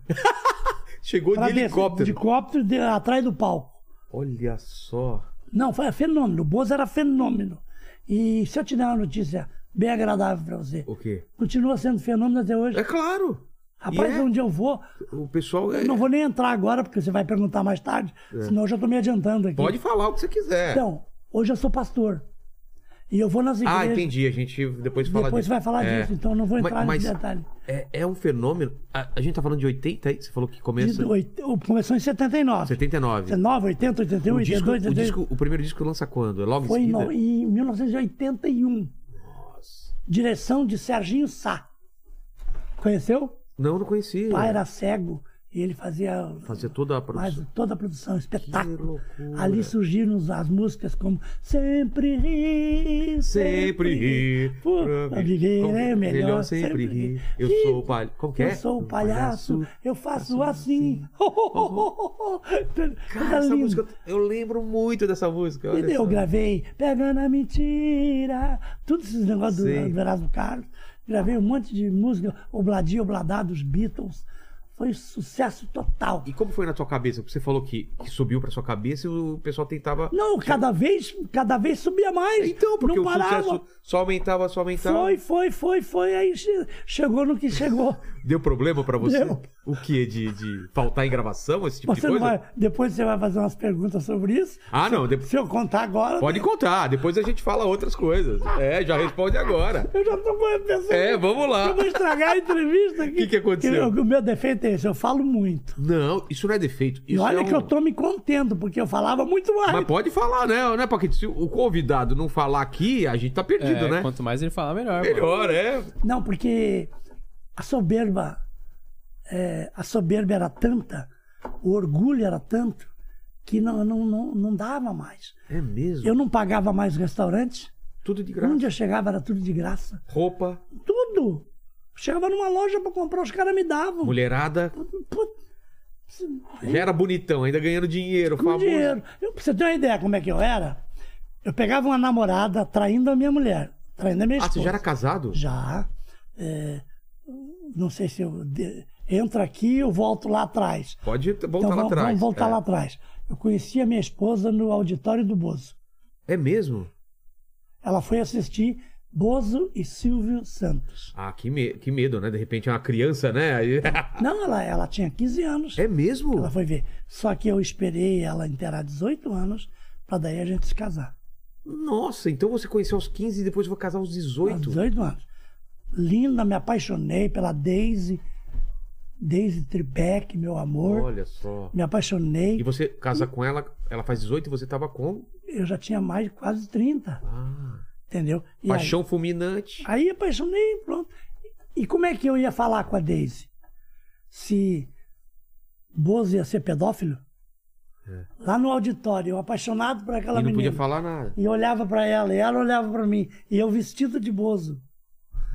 Chegou de Pra descer, helicóptero. de helicóptero de- atrás do palco. Olha só. Não, foi fenômeno. O Bozo era fenômeno. E se eu te der uma notícia bem agradável pra você, O quê? continua sendo fenômeno até hoje. É claro. Rapaz, E é- onde eu vou, O pessoal é- eu não vou nem entrar agora, porque você vai perguntar mais tarde, senão eu já tô me adiantando aqui. pode falar o que você quiser. Então, hoje eu sou pastor. E eu vou nas igrejas. ah, entendi. A gente depois fala Depois disso. vai falar É. disso, então eu não vou Ma- entrar mas, nesse detalhe. É, é um fenômeno. A, a gente tá falando de 80 aí? Você falou que De começa. oit- Começou em 79. 79. 79, 80, 81, o, disco, o, 82, 83. disco- o primeiro disco lança quando? É logo é Foi em em, seguida? no- em 1981. Direção de Serginho Sá. Conheceu? Não, não conhecia. O pai era cego e ele fazia, Fazia toda a mais, produção. toda a produção, é um espetáculo. loucura. Ali surgiram as músicas como Sempre Ri, Sempre ri. Pô, pra pra viver como- é melhor, sempre sempre ri. ri. Eu Ri, sou o palhaço. Como que é? Eu sou o Um palhaço, eu faço assim. Cara, Tá assim. Coisa essa linda. música, eu lembro muito dessa música. E Olha daí eu só. gravei Pegando a Mentira, todos esses negócios Sim. do, do Erasmo Carlos. Gravei um monte de música, Obladia, Obladá dos Beatles. Foi um sucesso total. E como foi na tua cabeça? Porque Você falou que, que subiu pra sua cabeça e o pessoal tentava. Não, cada vez, cada vez subia mais. então, porque não o parava. sucesso só aumentava, só aumentava. Foi, foi, foi, foi. Aí che- chegou no que chegou. Deu problema pra você? Deu. O quê? De, de faltar em gravação, esse tipo Você de não coisa? vai, depois você vai fazer umas perguntas sobre isso. Ah, não. de- Se eu contar agora, Pode contar, depois a gente fala outras coisas. É, já responde agora. eu já tô pensando. É, vamos lá. Eu vou estragar a entrevista aqui. O que que aconteceu? o meu defeito é esse, eu falo muito. Não, isso não é defeito. E Isso olha é que um- eu tô me contendo, porque eu falava muito mais. Mas pode falar, né? Não é porque se o convidado não falar aqui, a gente tá perdido, É, né? Quanto mais ele falar, melhor. mano. Melhor, é. Não, porque a soberba, é, a soberba era tanta, o orgulho era tanto, que não, não, não, não dava mais. É mesmo. Eu não pagava mais restaurante, Tudo de graça. onde eu chegava era tudo de graça. um Roupa, Tudo! Chegava numa loja pra comprar, os caras me davam. mulherada. Pô, Já era bonitão, ainda ganhando dinheiro, com famoso. dinheiro. Eu, pra você ter uma ideia como é que eu era, eu pegava uma namorada traindo a minha mulher, traindo a minha Ah, esposa. você já era casado? Já. é, não sei se eu de, entro aqui eu volto lá atrás. Pode t- voltar então lá vamos, atrás. vamos voltar é. lá atrás. Eu conheci a minha esposa no auditório do Bozo. É mesmo? Ela foi assistir Bozo e Silvio Santos. Ah, que, me- que medo, né? De repente é uma criança, né? Aí- Não, ela, ela tinha 15 anos. É mesmo? Ela foi ver. Só que eu esperei ela inteirar 18 anos para daí a gente se casar. Nossa, então você conheceu aos 15 e depois vou casar aos Aos 18. 18 anos. Linda, me apaixonei pela Daisy. Daisy Tribeck, meu amor. Olha só. Me apaixonei. E você casa com ela, ela faz 18 e você tava com. Eu já tinha mais de quase 30, Ah, entendeu? E aí- paixão fulminante. Aí apaixonei, pronto. E como é que eu ia falar com a Daisy? Se Bozo ia ser pedófilo? Lá no auditório, eu apaixonado por aquela É. E não menina. podia falar nada. E eu olhava pra ela, e ela olhava pra mim, e eu vestido de Bozo.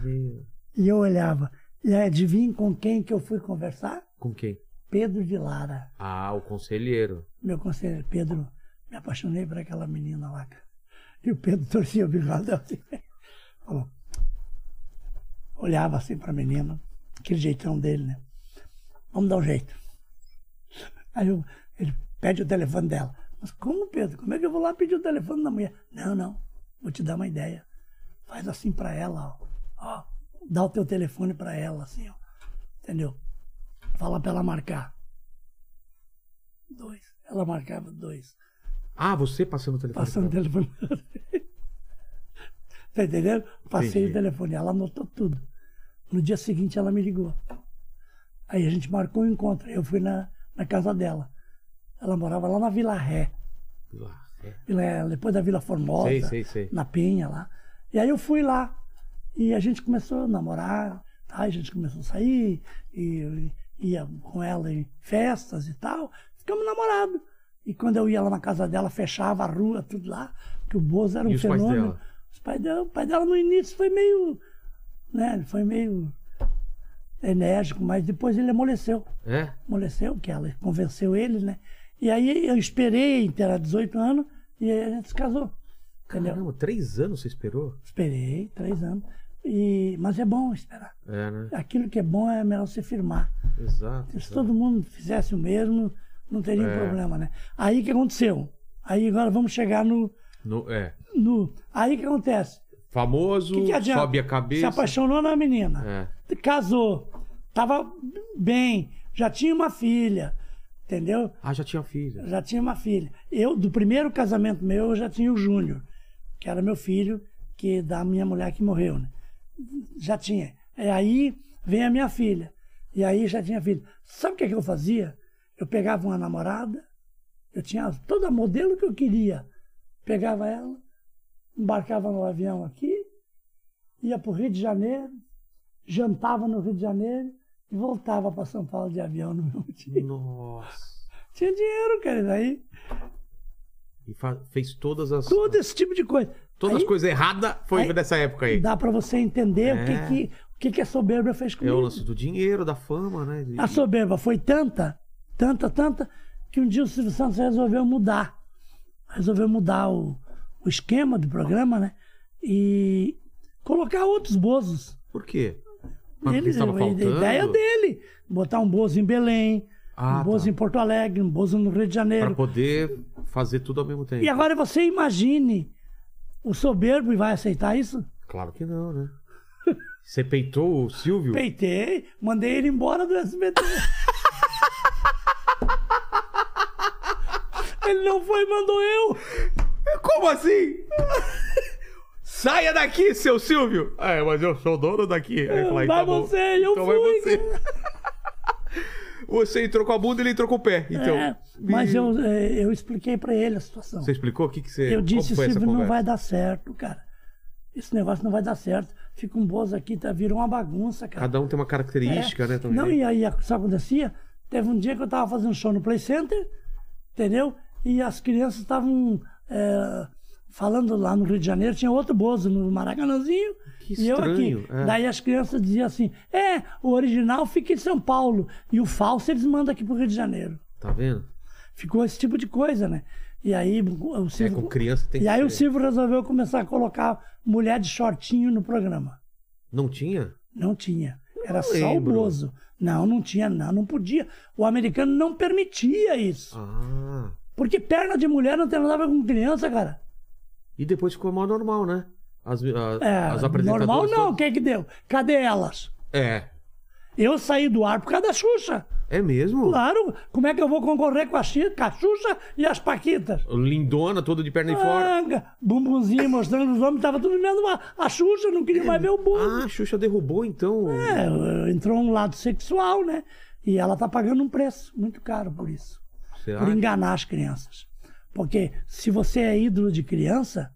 Hum. E eu olhava. E aí, adivinha com quem que eu fui conversar? Com quem? Pedro de Lara, Ah, o conselheiro. meu conselheiro. Pedro, me apaixonei por aquela menina lá. cara. E o Pedro torcia o bigode assim. Falou. Olhava assim pra menina, aquele jeitão dele, né? Vamos dar um jeito. Aí eu- ele pede o telefone dela. Mas como, Pedro? Como é que eu vou lá pedir o telefone da mulher? Não, não. Vou te dar uma ideia. Faz assim pra ela, ó. Ó, dá o teu telefone pra ela, assim, ó. Entendeu? Fala pra ela marcar. Dois. Ela marcava dois. Ah, você passando o telefone. Passando o pra ela. telefone. tá entendendo? Passei Entendi. o telefone. Ela anotou tudo. No dia seguinte ela me ligou. Aí a gente marcou o encontro. Eu fui na, na casa dela. Ela morava lá na Vila Ré. Lá, é. Vila- depois da Vila Formosa, Sei, sei, sei. na Penha lá. E aí eu fui lá e a gente começou a namorar, tá? a gente começou a sair, e eu ia com ela em festas e tal, ficamos namorados. E quando eu ia lá na casa dela, fechava a rua, tudo lá, porque o Bozo era um E os pais fenômeno. dela? Os pais dela, o pai dela no início foi meio, né, ele foi meio enérgico, mas depois ele amoleceu É? amoleceu, que ela convenceu ele, né? E aí eu esperei inteirar 18 anos e aí a gente se casou. Entendeu? Caramba, três anos você esperou? Esperei três anos. E, mas é bom esperar. É, né? Aquilo que é bom é melhor se firmar. Exato. Se todo mundo fizesse o mesmo, não teria É. problema, né? Aí o que aconteceu? Aí agora vamos chegar no. No- é. no aí o que acontece? Famoso, O que, que adianta? sobe a Se cabeça. apaixonou na menina. É. Casou. Tava bem. Já tinha uma filha. Entendeu? Ah, já tinha filho. Eu já tinha uma filha. Eu, do primeiro casamento meu, eu já tinha o Júnior, que era meu filho, que da minha mulher que morreu, né? Já tinha. E aí vem a minha filha. E aí já tinha filho. Sabe o que, é que eu fazia? Eu pegava uma namorada, eu tinha toda a modelo que eu queria. Pegava ela, embarcava no avião aqui, ia para o Rio de Janeiro, jantava no Rio de Janeiro e voltava para São Paulo de avião no mesmo dia. Nossa. Tinha dinheiro, querido. Aí E fa- fez todas as. Todo esse tipo de coisa. Todas Aí as coisas erradas foi aí- dessa época aí. Dá pra você entender o É. que que, o que que a soberba fez É comigo. o lance do dinheiro, da fama, né? E- Hum. A soberba foi tanta, tanta, tanta, que um dia o Silvio Santos resolveu mudar. Resolveu mudar o, o esquema do programa, né? E colocar outros bozos. Por quê? Mas Ele- porque estava a faltando? ideia dele. Botar um bozo em Belém, Ah, um bozo tá. em Porto Alegre, um bozo no Rio de Pra Janeiro. poder fazer tudo ao mesmo tempo. E agora você imagine o soberbo e vai aceitar isso? Claro que não, né? Você peitou o Silvio? Peitei, mandei ele embora do SBT. ele não foi, mandou eu. Como assim? Saia daqui, seu Silvio! É, mas eu sou o dono daqui. Aí fala, Vai tá bom. Ah, você, eu então fui. Vai você. você entrou com a bunda e ele entrou com o pé. Então, É, mas eu, é, eu expliquei pra ele a situação. Você explicou o que, que você. Eu disse, Como foi essa Silvio, não conversa? vai dar certo, cara. Esse negócio não vai dar certo. Fica um bozo aqui, tá, virou uma bagunça, cara. Cada um tem uma característica, É. né? Também. Não, e aí sabe o que acontecia? Teve um dia que eu estava fazendo show no Play Center, entendeu? E as crianças estavam é, falando lá no Rio de Janeiro, tinha outro Bozo no Maracanãzinho. Que e eu aqui. estranho, é. Daí as crianças diziam assim: é, o original fica em São Paulo e o falso eles mandam aqui pro Rio de Janeiro. Tá vendo? Ficou esse tipo de coisa, né? E aí o Se é Silvio, com criança tem e aí que o ser. Silvio resolveu começar a colocar mulher de shortinho no programa. Não tinha? Não tinha. Era Não só o lembro. Bozo. Não, não tinha, não, não podia. O americano não permitia isso. Ah. Porque perna de mulher não tem nada a ver com criança, cara. E depois ficou mal normal, né? As, a- É, as apresentadoras. normal não, o todas- que que deu? Cadê elas? É. Eu saí do ar por causa da Xuxa. É mesmo? Claro, como é que eu vou concorrer com a, Xi- com a Xuxa e as Paquitas? Lindona, toda de É. perna e fora. Manga, bumbumzinho mostrando os homens, tava tudo vendo a, a Xuxa, não queria mais ver o bumbo. Ah, a Xuxa derrubou então. É, entrou um lado sexual, né? E ela tá pagando um preço muito caro por isso. Será? Por enganar as crianças. Porque se você é ídolo de criança,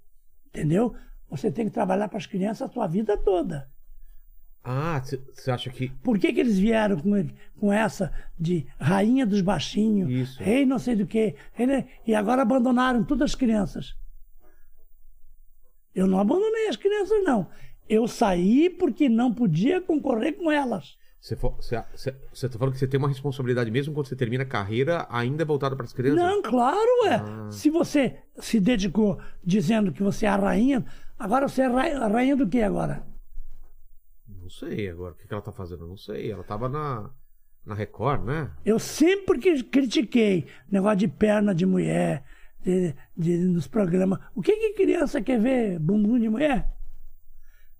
entendeu? Você tem que trabalhar para as crianças a sua vida toda. Ah, você acha que. Por que, que eles vieram com, com essa de rainha dos baixinhos, Isso. rei não sei do que, e agora abandonaram todas as crianças? Eu não abandonei as crianças, não. Eu saí porque não podia concorrer com elas. Você tá falando que você tem uma responsabilidade mesmo quando você termina a carreira, ainda voltada para as crianças? Não, claro, é. Ah. Se você se dedicou dizendo que você é a rainha, agora você é ra- a rainha do que agora? Não sei agora. O que que ela tá fazendo? Eu não sei. Ela tava na, na Record, né? Eu sempre que critiquei negócio de perna de mulher, de, de- nos programas. O que, que criança quer ver? Bumbum de mulher?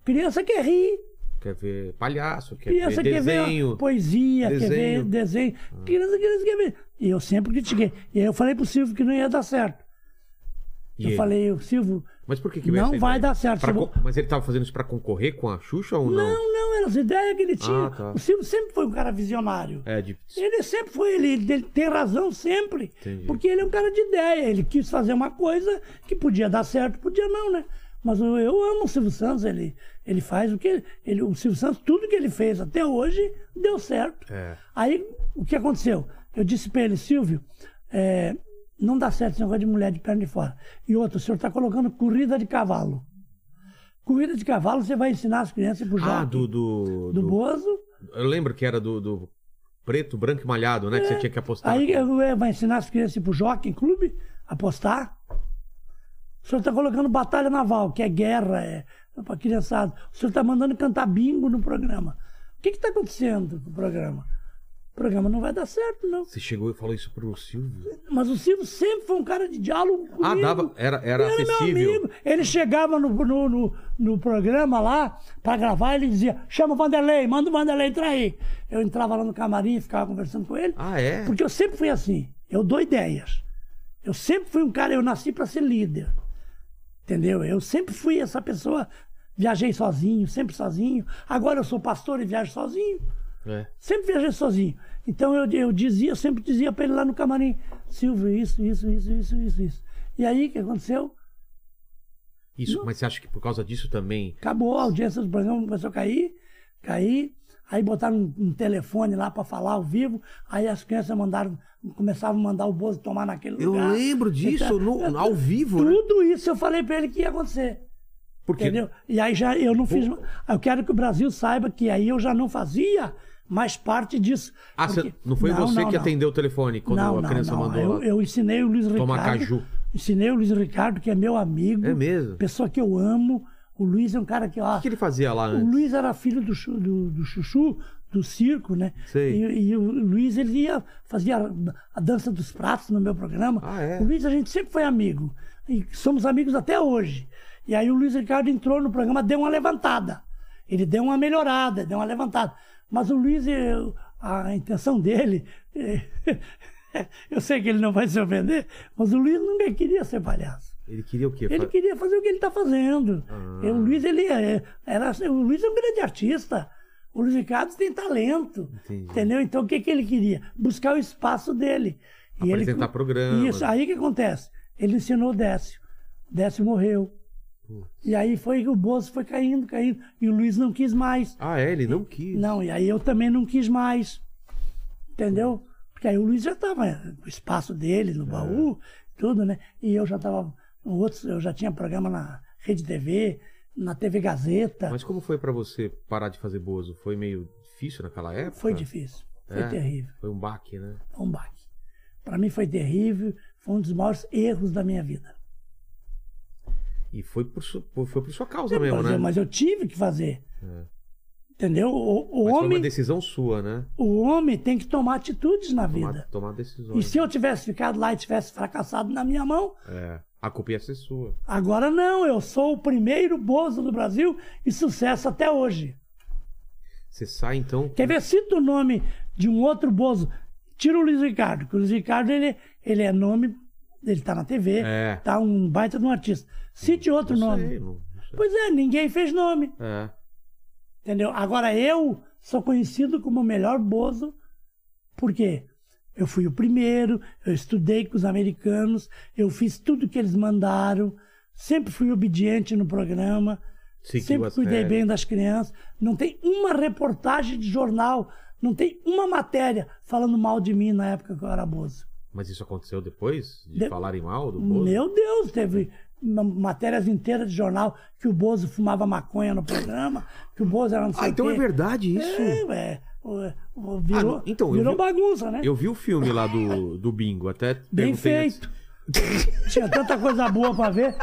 Criança quer rir, Quer ver palhaço, quer criança ver quer ver desenho. poesia, quer ver desenho. Ah. desenho. Criança, criança quer ver. E eu sempre critiquei. E aí eu falei pro Silvio que não ia dar certo. E eu ele? falei, o Silvio, Mas por que, que veio Não essa vai ideia? dar certo, Pra se eu con- Mas ele tava fazendo isso pra concorrer com a Xuxa ou não? não, não, eram as ideias que ele tinha. Ah, tá. O Silvio sempre foi um cara visionário. É, de... Ele sempre foi, ele, ele tem razão sempre. Entendi. Porque ele é um cara de ideia. Ele quis fazer uma coisa que podia dar certo, podia não, né? Mas eu, eu amo o Silvio Santos, ele, ele faz o que. Ele, o Silvio Santos, tudo que ele fez até hoje deu certo. É. Aí o que aconteceu? Eu disse pra ele, Silvio, é, não dá certo esse negócio de mulher de perna de fora. E outro, o senhor está colocando corrida de cavalo. Corrida de cavalo, você vai ensinar as crianças pro Ah, jockey do. Do, do do- Bozo. Eu lembro que era do, do preto, branco e malhado, né? Que você tinha que apostar. É, Aí eu- eu- vai ensinar as crianças a ir pro jockey clube, apostar. O senhor está colocando batalha naval, que é guerra, é, para criançada. O senhor está mandando cantar bingo no programa. O que está acontecendo com o programa? O programa não vai dar certo, não. Você chegou e falou isso pro Silvio. Mas o Silvio sempre foi um cara de diálogo comigo. Ah, dava. Era, era, Ele era meu acessível. amigo. Ele chegava no, no, no, no programa lá pra gravar, ele dizia: chama o Vanderlei, manda o Vanderlei entrar aí. Eu entrava lá no camarim, ficava conversando com ele. Ah, é? Porque eu sempre fui assim. Eu dou ideias. Eu sempre fui um cara, eu nasci para ser líder. Entendeu? Eu sempre fui essa pessoa. Viajei sozinho, sempre sozinho. Agora eu sou pastor e viajo sozinho. É. Sempre viajei sozinho. Então eu, eu dizia, eu sempre dizia para ele lá no camarim: Silvio, isso, isso, isso, isso, isso, isso. E aí o que aconteceu? Isso, mas você acha que por causa disso também. Acabou a audiência do programa, começou a cair, cair. Aí botaram um, um telefone lá para falar ao vivo. Aí as crianças mandaram, começavam a mandar o Bozo tomar naquele Eu lugar. lembro disso, Então, no- eu- ao vivo, né? Tudo isso eu falei para ele que ia acontecer. Porque. Entendeu? E aí já eu não fiz. Eu quero que o Brasil saiba que aí eu já não fazia mais parte disso. Ah, você- Porque- não foi você que não. atendeu o telefone quando não, a criança não, não. mandou Eu, lá? eu ensinei o Luiz Tomar Ricardo. caju. Ensinei o Luiz Ricardo, que é meu amigo. É mesmo? Pessoa que eu amo. O Luiz é um cara que. Ó, O que ele fazia lá o antes? Luiz era filho do, Chu- do- do Chuchu, do circo, né? Sei. E, e o Luiz, ele ia, fazia a, a dança dos pratos no meu programa. Ah, é? O Luiz, a gente sempre foi amigo. E somos amigos até hoje. E aí o Luiz Ricardo entrou no programa, deu uma levantada. Ele deu uma melhorada, deu uma levantada. Mas o Luiz, eh, a intenção dele... eh, Eu sei que ele não vai se ofender, mas o Luiz nunca queria ser palhaço. Ele queria o quê? Ele Fa- Ah. queria fazer o que ele está fazendo. E O, Luiz, ele é, era, o Luiz é um grande artista. O Luiz Ricardo tem talento. Entendi. Entendeu? Então o que, que ele queria? Buscar o espaço dele. E Apresentar programas. Isso, aí o que acontece? Ele ensinou o Décio. Décio morreu. E aí foi o Bozo foi caindo, caindo. E o Luiz não quis mais. Ah, é? Ele não quis. Não, e aí eu também não quis mais. Entendeu? Porque aí o Luiz já estava no espaço dele, É. no baú, tudo, né? E eu já estava. Outros, eu já tinha programa na Rede TV, na TV Gazeta. Mas como foi pra você parar de fazer Bozo? Foi meio difícil naquela época? foi difícil. Foi É. terrível. Foi um baque, né? Foi um baque. Para mim foi terrível. Foi um dos maiores erros da minha vida. E foi por, su- por- foi por sua causa Eu mesmo, fazia, né? É. Mas é eu tive que fazer. Entendeu? O, o Mas foi uma homem, decisão sua, né? o homem tem que tomar atitudes na vida. Tomar, tomar E decisões. se eu tivesse ficado lá e tivesse fracassado na minha mão, É. A culpa ia ser sua. Agora não, eu sou o primeiro Bozo do Brasil e sucesso até hoje. Você sai então. Quer ver? Cita o nome de um outro Bozo. Tira o Luiz Ricardo, que o Luiz Ricardo ele, ele é nome, ele tá na TV, É. tá um baita de um artista. Cite outro Não nome. sei, não- não sei. Pois é, ninguém fez nome, É. entendeu? Agora eu sou conhecido como o melhor Bozo, porque eu fui o primeiro, eu estudei com os americanos, eu fiz tudo que eles mandaram, sempre fui obediente no programa. Seguiu Sempre as cuidei regras. bem das crianças. Não tem uma reportagem de jornal, não tem uma matéria falando mal de mim na época que eu era Bozo. Mas isso aconteceu depois de, De- falarem mal do Bozo? Meu Deus, teve ma- matérias inteiras de jornal que o Bozo fumava maconha no programa, que o Bozo era não sei Ah, o então quê. é verdade isso. É, ué. O- o- Virou, Ah, então, eu virou vi- bagunça, né? Eu vi o filme lá do, do Bingo, até Bem perguntei antes. feito. Tinha tanta coisa boa pra ver.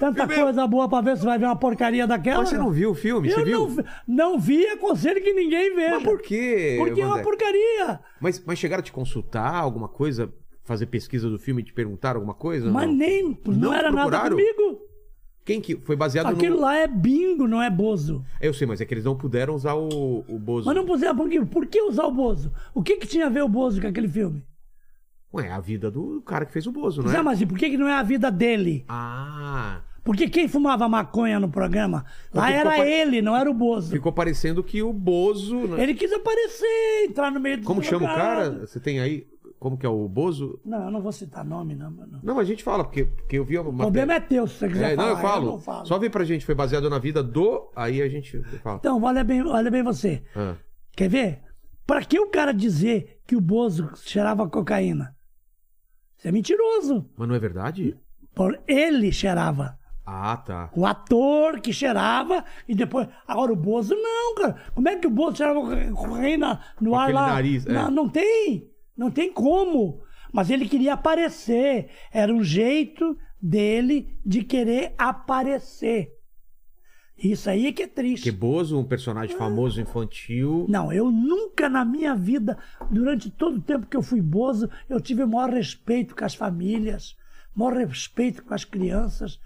Tanta Primeiro- coisa boa pra ver, você vai ver uma porcaria daquela. Mas você não viu o filme? Eu você viu? não, vi- não vi, aconselho que ninguém veja. Mas por quê? Porque é uma Wandeck? porcaria. Mas, mas chegaram a te consultar alguma coisa? Fazer pesquisa do filme e te perguntaram alguma coisa? Mas Não. nem, não, Não era nada procuraram? comigo. Quem que. Foi baseado Aquilo no. lá é bingo, não é bozo. Eu sei, mas é que eles não puderam usar o, o Bozo. Mas não puseram por quê? Por que usar o bozo? O que que tinha a ver o bozo com aquele filme? Ué, é a vida do cara que fez o Bozo, né? Zé, mas e por que que não é a vida dele? Ah. Porque quem fumava maconha no programa, lá Porque ficou era pare- ele, não era o bozo. Ficou parecendo que o Bozo. né? Ele é quis aparecer, entrar no meio do Como chama o cara? Você tem aí. Como que é o Bozo? Não, eu não vou citar nome, não. mano. Não, a gente fala, porque, porque eu vi uma. O problema é teu, se você quiser É, falar. não, eu falo. não falo. Só vem pra gente, foi baseado na vida do. Aí a gente fala. Então, olha bem, olha bem você. Ah, Quer ver? Pra que o cara dizer que o Bozo cheirava cocaína? Isso é mentiroso. mas não é verdade? Por- Ele cheirava. Ah, tá. O ator que cheirava e depois. Agora o Bozo não, cara. Como é que o Bozo cheirava coca- cocaína no Com ar aquele lá? nariz, é. não, não tem. Não tem como. Mas ele queria aparecer. Era um jeito dele de querer aparecer. Isso aí é que é triste. Que Bozo, um personagem famoso infantil. Não, eu nunca na minha vida, durante todo o tempo que eu fui bozo, eu tive o maior respeito com as famílias, maior respeito com as crianças,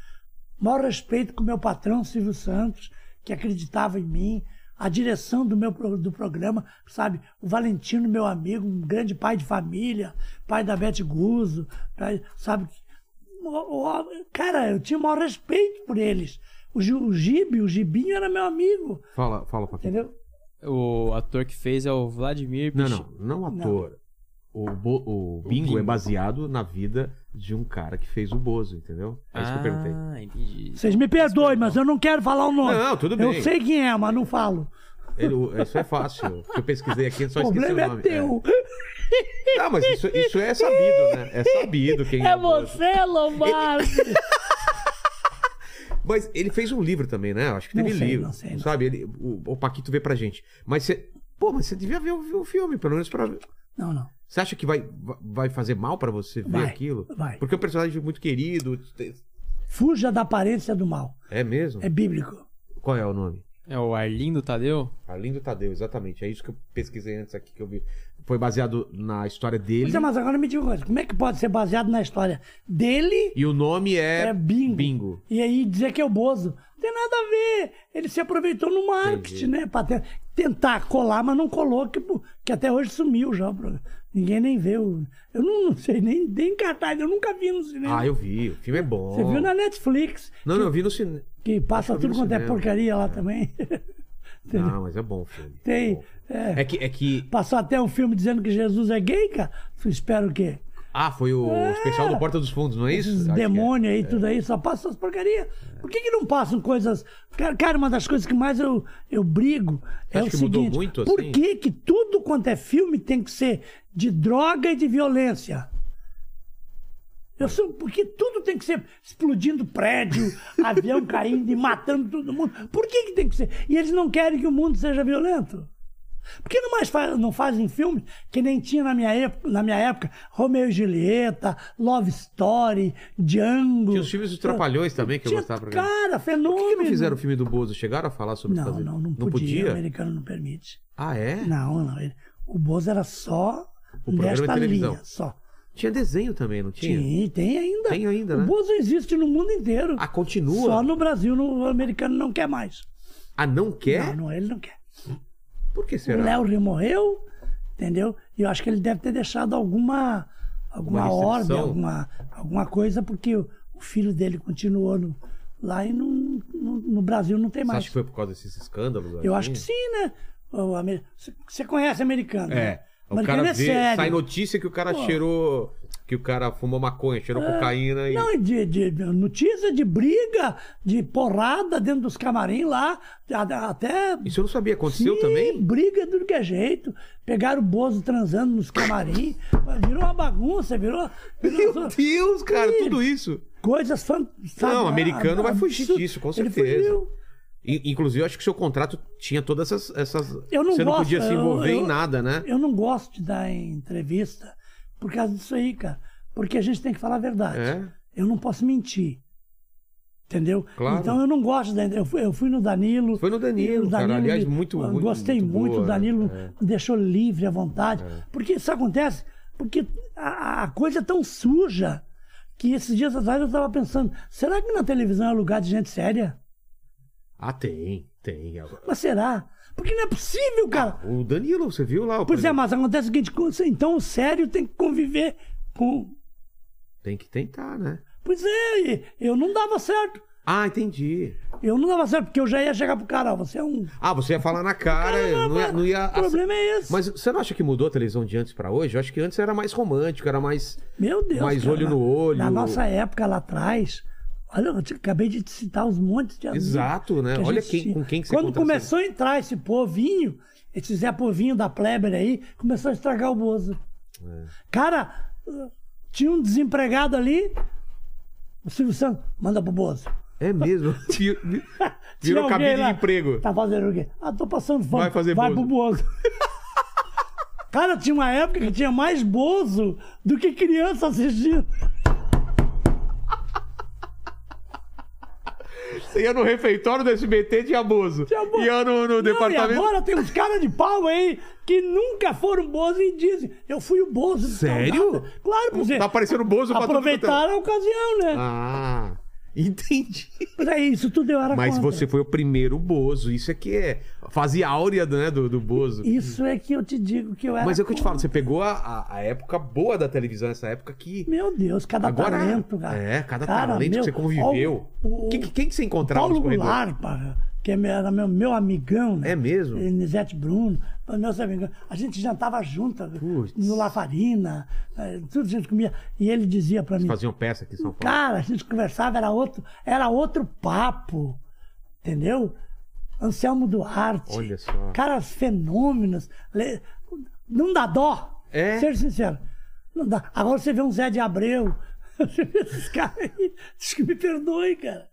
maior respeito com o meu patrão Silvio Santos, que acreditava em mim, a direção do meu pro- do programa, sabe? O Valentino, meu amigo, um grande pai de família, pai da Bete Guzo, pai- sabe? O- o- Cara, eu tinha o maior respeito por eles. O, Gi- o Gibi, o Gibinho era meu amigo, Fala, fala, Paquinho. entendeu? O ator que fez é o Vladimir Não, Pichi- não, não ator. O, Bo- o bingo, Bingo. é baseado na vida de um cara que fez o Bozo, entendeu? É isso que eu perguntei. Ah, entendi. Vocês me perdoem, mas eu não quero falar o nome. Não, tudo bem. Eu sei quem é, mas não falo. Ele- o- isso é fácil. porque Eu pesquisei aqui, eu só o esqueci o problema nome. é teu. É. Ah, mas isso, isso é sabido, né? É sabido quem É, é. o Bozo. você, Lombardi. Mas ele fez um livro também, né? Acho que Não teve sei, livro. não sei, não sabe? Ele- o, o Paquito vê pra gente. Mas você. Pô, mas você devia ver o, o filme, pelo menos pra. Não, não. Você acha que vai, vai fazer mal pra você ver Vai, aquilo? vai. Porque é um personagem muito querido. te- Fuja da aparência do mal. É mesmo? É bíblico. Qual é o nome? É o Arlindo Tadeu? Arlindo Tadeu, exatamente. É isso que eu pesquisei antes aqui que eu vi. Foi baseado na história dele. Pois é, mas agora me diga uma coisa. Como é que pode ser baseado na história dele E o nome é. É Bingo. e aí dizer que é o Bozo? Não tem nada a ver. Ele se aproveitou no marketing, né? Pra te- tentar colar, mas não colou, que, pô, que até hoje sumiu já. o programa. Ninguém nem vê. o- Eu não, não sei, nem, nem cartaz. Eu nunca vi no cinema. Ah, eu vi. O filme é bom. Você viu na Netflix. Não, não, eu vi no cinema. Que passa Acho que eu tudo vi quanto no é cinema. porcaria lá também. Não, mas é bom o filme. É Tem. bom. é, É que, é que. passou até um filme dizendo que Jesus é gay, cara. Tu espera o quê? Ah, foi o especial do Porta dos Fundos, não é isso? Esses Acho que é. É. demônios aí, tudo aí, só passa essas porcarias. Por que, que não passam coisas. Cara, cara, uma das coisas que mais eu, eu brigo é acha o que mudou seguinte: muito, por assim? que, que tudo quanto é filme tem que ser de droga e de violência? Eu sou, porque tudo tem que ser explodindo prédio, avião caindo e matando todo mundo. Por que, que tem que ser? E eles não querem que o mundo seja violento. Por que não, mais fa- não fazem filme que nem tinha na minha, época, na minha época? Romeu e Julieta, Love Story, Django. Tinha os filmes dos Trapalhões também, que eu Tinha- gostava pra caramba. Cara, Por fenômeno. que, que não fizeram o filme do Bozo? Chegaram a falar sobre Não, fazer? não, não podia. O americano não permite. Ah, é? Não, não. ele- O Bozo era só O programa de nesta televisão. linha, só. Tinha desenho também, não tinha? Tinha, tem ainda. Tem ainda, o né? Bozo existe no mundo inteiro. Ah, continua? Só no Brasil, no o americano não quer mais. Ah, não quer? Não, não, ele não quer. Por que O será? Léo Rio morreu, entendeu? E eu acho que ele deve ter deixado alguma, alguma Uma ordem, restrição? alguma, alguma coisa, porque o, o filho dele continuou no- lá e não, no, no Brasil não tem Você mais. acha que foi por causa desses escândalos? Eu assim? acho que sim, né? O Amer- Você- Você conhece americano? É. né? O americano cara é vê, sério. sai notícia que o cara cheirou. Que o cara fumou maconha, cheirou cocaína e. É. Não, e de, de notícia de briga, de porrada dentro dos camarim lá, a- até. Isso eu não sabia, aconteceu Sim, também? briga é de qualquer jeito. Pegaram o Bozo transando nos camarim. Virou uma bagunça, virou. virou Meu Deus, cara, tudo isso. Coisas Ah, fantásticas. Não, americano vai fugir disso, com certeza. I- Inclusive, eu acho que seu contrato tinha todas essas. essas- Eu não Você não gosto, podia se eu- envolver eu- em nada, né? Eu não gosto de dar entrevista por causa disso aí, cara. Porque a gente tem que falar a verdade. É. Eu não posso mentir. Entendeu? Claro. Então eu não gosto da entrevista. Eu fui, eu fui no Danilo. Foi no Danilo, E o cara. Aliás, muito- eu muito- Gostei muito muito. boa, O Danilo né? É. me deixou livre à vontade. Porque isso acontece porque a, a coisa é tão suja que esses dias atrás eu estava pensando: será que na televisão é lugar de gente séria? Ah, tem, tem. Agora- Mas será? Porque não é possível, cara. O Danilo, você viu lá? O Pois é, mas acontece o seguinte, com- então o sério tem que conviver com. Tem que tentar, né? Pois é, e eu não dava certo. Ah, entendi. Eu não dava certo, porque eu já ia chegar pro cara, ó, você é um. Ah, você ia falar na cara, Cara, É, é não ia. Não ia O problema é esse. Mas você não acha que mudou a televisão de antes pra hoje? Eu acho que antes era mais romântico, era mais. Meu Deus. mais cara, olho na- no olho. Na nossa época lá atrás, olha, eu te- acabei de te citar os montes de amigos Exato, né? que a Olha gente quem- tinha. com quem que você Quando aconteceu. começou a entrar esse povinho, esse Zé Povinho da Pleber aí, começou a estragar o Bozo. É. Cara, tinha um desempregado ali, o Silvio Santos, manda pro Bozo. É mesmo. Tio- Tinha Virou alguém cabine lá. de emprego. Tá fazendo o quê? Ah, tô passando fome. Vai fazer Vai bozo. pro bozo. Cara, tinha uma época que tinha mais bozo do que criança assistindo. Você ia no refeitório do SBT de abuso. Tinha bozo. Ia no, no Não, departamento. E agora tem uns caras de pau aí que nunca foram bozo e dizem: Eu fui o bozo. de tal Sério? data." Claro, por Tá aparecendo bozo pra tudo quanto é- Aproveitaram a ocasião, né? Ah, entendi. Mas é isso, tudo eu era Mas contra. você foi o primeiro bozo. Isso é que é. Fazia áurea né, do, do bozo. Isso é que eu te digo que eu era. Mas é o que eu te contra. falo, você pegou a- a, a época boa da televisão, essa época que. Meu Deus, cada Agora, talento, cara. é, cada Cara, talento meu, que você conviveu. ó, o- o- quem, quem que você encontrava Paulo nos corredores? Goulart, pá, que é meu- era meu, meu amigão, né? É mesmo? Elisete Bruno, meus amigos. A gente jantava junto Putz. no Lafarina, eh, tudo a gente comia. E ele dizia pra mim, Faziam peça aqui em São Paulo. cara, a gente conversava, era outro, era outro papo, entendeu? Anselmo Duarte. Olha só. Caras fenômenos. Le- Não dá dó, É? ser sincero. Não dá. Agora você vê um Zé de Abreu, você vê esses caras aí, diz que me perdoe, cara.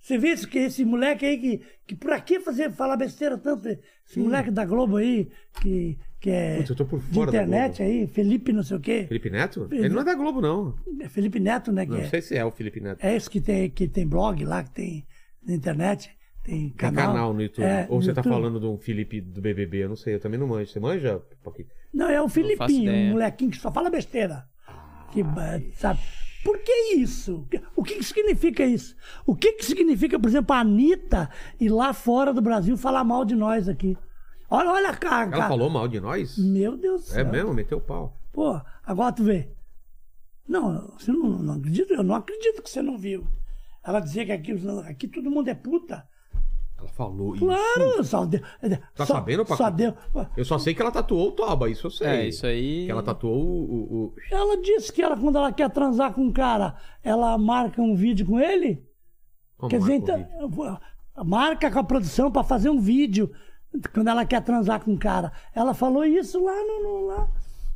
Você vê esse, que- esse moleque aí que, que pra que fazer, falar besteira tanto? Esse moleque da Globo aí, que, que é Putz, eu tô por de fora da internet Globo. aí, Felipe não sei o quê. Felipe Neto? Felipe- Ele não é da Globo, não. É Felipe Neto, né? Que Não é. sei se é o Felipe Neto. É isso que tem, que tem blog lá, que tem na internet, Tem tem canal. canal, no YouTube. É, Ou no você tá YouTube. falando de um Felipe do BBB, eu não sei, eu também não manjo. Você manja? Paquito? Não, é o faço Filipinho, ideia. um molequinho que só fala besteira. Ah, Que, ba- sabe? Por que isso? O que, que significa isso? O que, que significa, por exemplo, a Anitta ir lá fora do Brasil falar mal de nós aqui? Olha, olha a cara. Ela falou mal de nós? Meu Deus do É céu. mesmo? Meteu o pau. Pô, agora tu vê. Não, você não, não acredito, eu não acredito que você não viu. Ela dizia que aqui, aqui todo mundo é puta. Ela falou isso. Claro, só deu. Hum. Tá só, sabendo, Paco? Só deu. Eu só sei que ela tatuou o Toba, isso eu sei. É, isso aí. Que ela tatuou o. o- o- Ela disse que ela, quando ela quer transar com um cara, ela marca um vídeo com ele. Como quer dizer, é, então, Covid? marca com a produção para fazer um vídeo quando ela quer transar com um cara. Ela falou isso lá no. no- lá,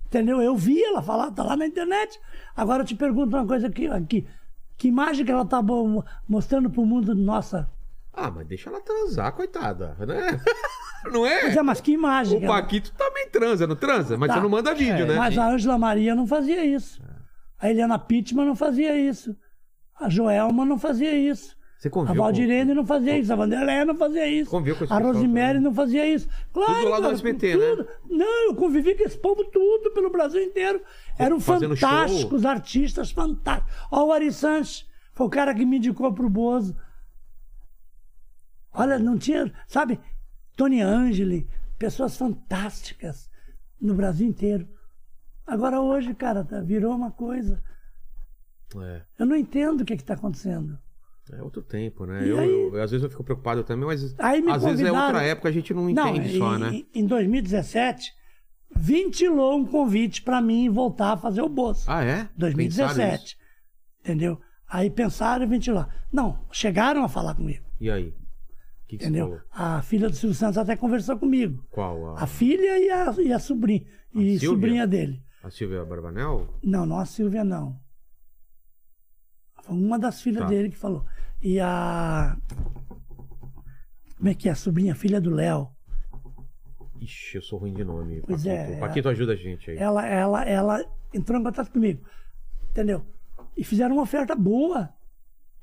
entendeu? Eu vi ela falar, tá lá na internet. Agora eu te pergunto uma coisa aqui. aqui. Que imagem que ela tá bo- mostrando pro mundo, nossa. Ah, mas deixa ela transar, coitada. Né? Não é? Pois é, mas que imagem. O que ela- Paquito também transa, não transa? Mas Tá. você não manda vídeo, É, né? Mas a Ângela Maria não fazia isso. A Helena Pittman não fazia isso. A Joelma não fazia isso. Você conviu? A com- Valdirene não fazia isso, a Vanderleia não fazia isso. Conviu com esse a pessoal Rosemary também. não fazia isso. Claro, Tudo lá do cara, SBT, tudo. né? Não, eu convivi com esse povo tudo pelo Brasil inteiro. Eram Fazendo show. fantásticos, artistas fantásticos. Ó, o Ari Sanches foi o cara que me indicou pro Bozo. Olha, não tinha, sabe? Tony Angeli, pessoas fantásticas no Brasil inteiro. Agora hoje, cara, tá- virou uma coisa. É. Eu não entendo o que está acontecendo. É outro tempo, né? E Eu, aí- eu- às vezes eu fico preocupado também, mas Aí me às vezes é outra convidaram. época, a gente não entende em, só, né? em- Em 2017, ventilou um convite para mim voltar a fazer o bolso. Ah, é? Pensaram isso? 2017. Entendeu? Aí pensaram em ventilar. Não, chegaram a falar comigo, E aí? O que, que você entendeu? falou? A filha do Silvio Santos até conversou comigo. Qual? A, A filha e a, e a sobrinha. E Silvia? sobrinha dele. a Silvia Barbanel? Não, não a Silvia, não. Foi uma das filhas Tá. dele que falou. E a. Como é que é? A sobrinha, filha do Léo. Ixi, eu sou ruim de nome. Pois Paquito. é, é. Paquito, ajuda a gente aí. ela, ela, ela entrou em contato comigo, entendeu? E fizeram uma oferta boa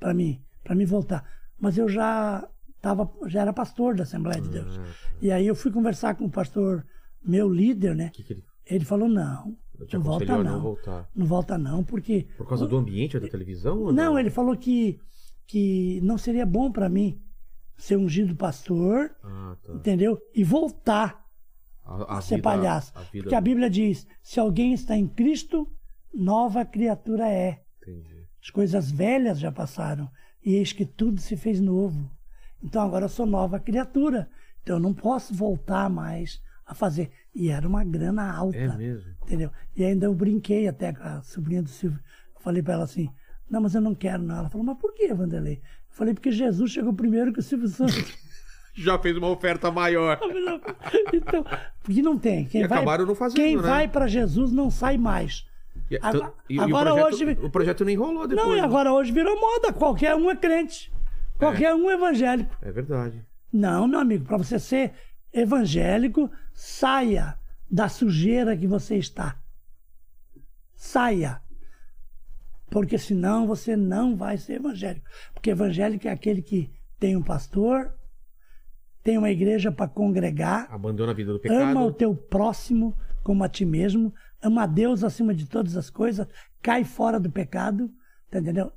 para mim, para mim voltar. Mas eu já tava, já era pastor da Assembleia de É. Deus. E aí eu fui conversar com o pastor, meu líder, né? O que, que ele Ele falou não, Eu te não volta aconselhou a não, não não voltar. volta não, porque Por causa do ambiente da televisão? ou não, ele falou que que não seria bom para mim ser ungido pastor, Ah, tá. entendeu? E voltar A, a ser vida- é palhaço. A vida... Porque a Bíblia diz: se alguém está em Cristo, nova criatura é. Entendi. As coisas velhas já passaram, e eis que tudo se fez novo. Então agora eu sou nova criatura. Então eu não posso voltar mais a fazer. E era uma grana alta. É mesmo? Entendeu? E ainda eu brinquei até com a sobrinha do Silvio. Eu falei pra ela assim: não, mas eu não quero, não. Ela falou: mas por que, Vanderlei? Eu falei: porque Jesus chegou primeiro que o Silvio Santos. Já fez uma oferta maior. então, porque não tem. Quem E vai, acabaram não fazendo, Quem né? vai pra Jesus não sai mais. E, é, Agora- e agora o projeto, hoje- O projeto não enrolou depois. Não, e né? agora hoje virou moda. Qualquer um é crente. Qualquer um é evangélico. É verdade. Não, meu amigo, para você ser evangélico, saia da sujeira que você está. Saia. Porque senão você não vai ser evangélico. Porque evangélico é aquele que tem um pastor, tem uma igreja para congregar, Abandona a vida do pecado. Ama o teu próximo como a ti mesmo. Ama a Deus acima de todas as coisas. Cai fora do pecado. Tá entendendo?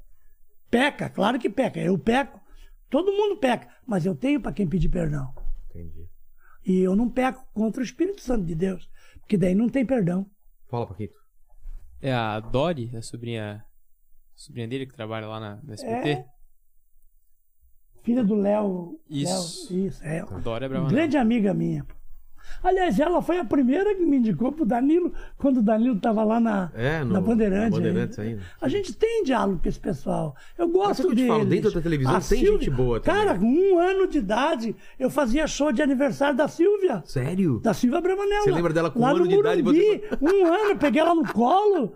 Peca, claro que peca. Eu peco. Todo mundo peca. Mas eu tenho para quem pedir perdão. Entendi. E eu não peco contra o Espírito Santo de Deus. Porque daí não tem perdão. Fala, Paquito. É a Dori, a sobrinha, sobrinha dele que trabalha lá na, na SBT. É. Filha do Léo. Isso. Léo, isso, é. Dori é brava. não. Grande amiga minha. Aliás, ela foi a primeira que me indicou pro Danilo quando o Danilo estava lá na, É, no- na na Bandeirantes. Bandeirantes ainda. ainda. A gente tem diálogo com esse pessoal. Eu gosto é o que eu te falo, deles. dentro da televisão tem gente boa também. Cara, com um ano de idade, eu fazia show de aniversário da Silvia. Sério? Da Silvia Bramanella. Você lembra dela com lá um ano no de idade, Morumbi, Um ano, peguei ela no colo,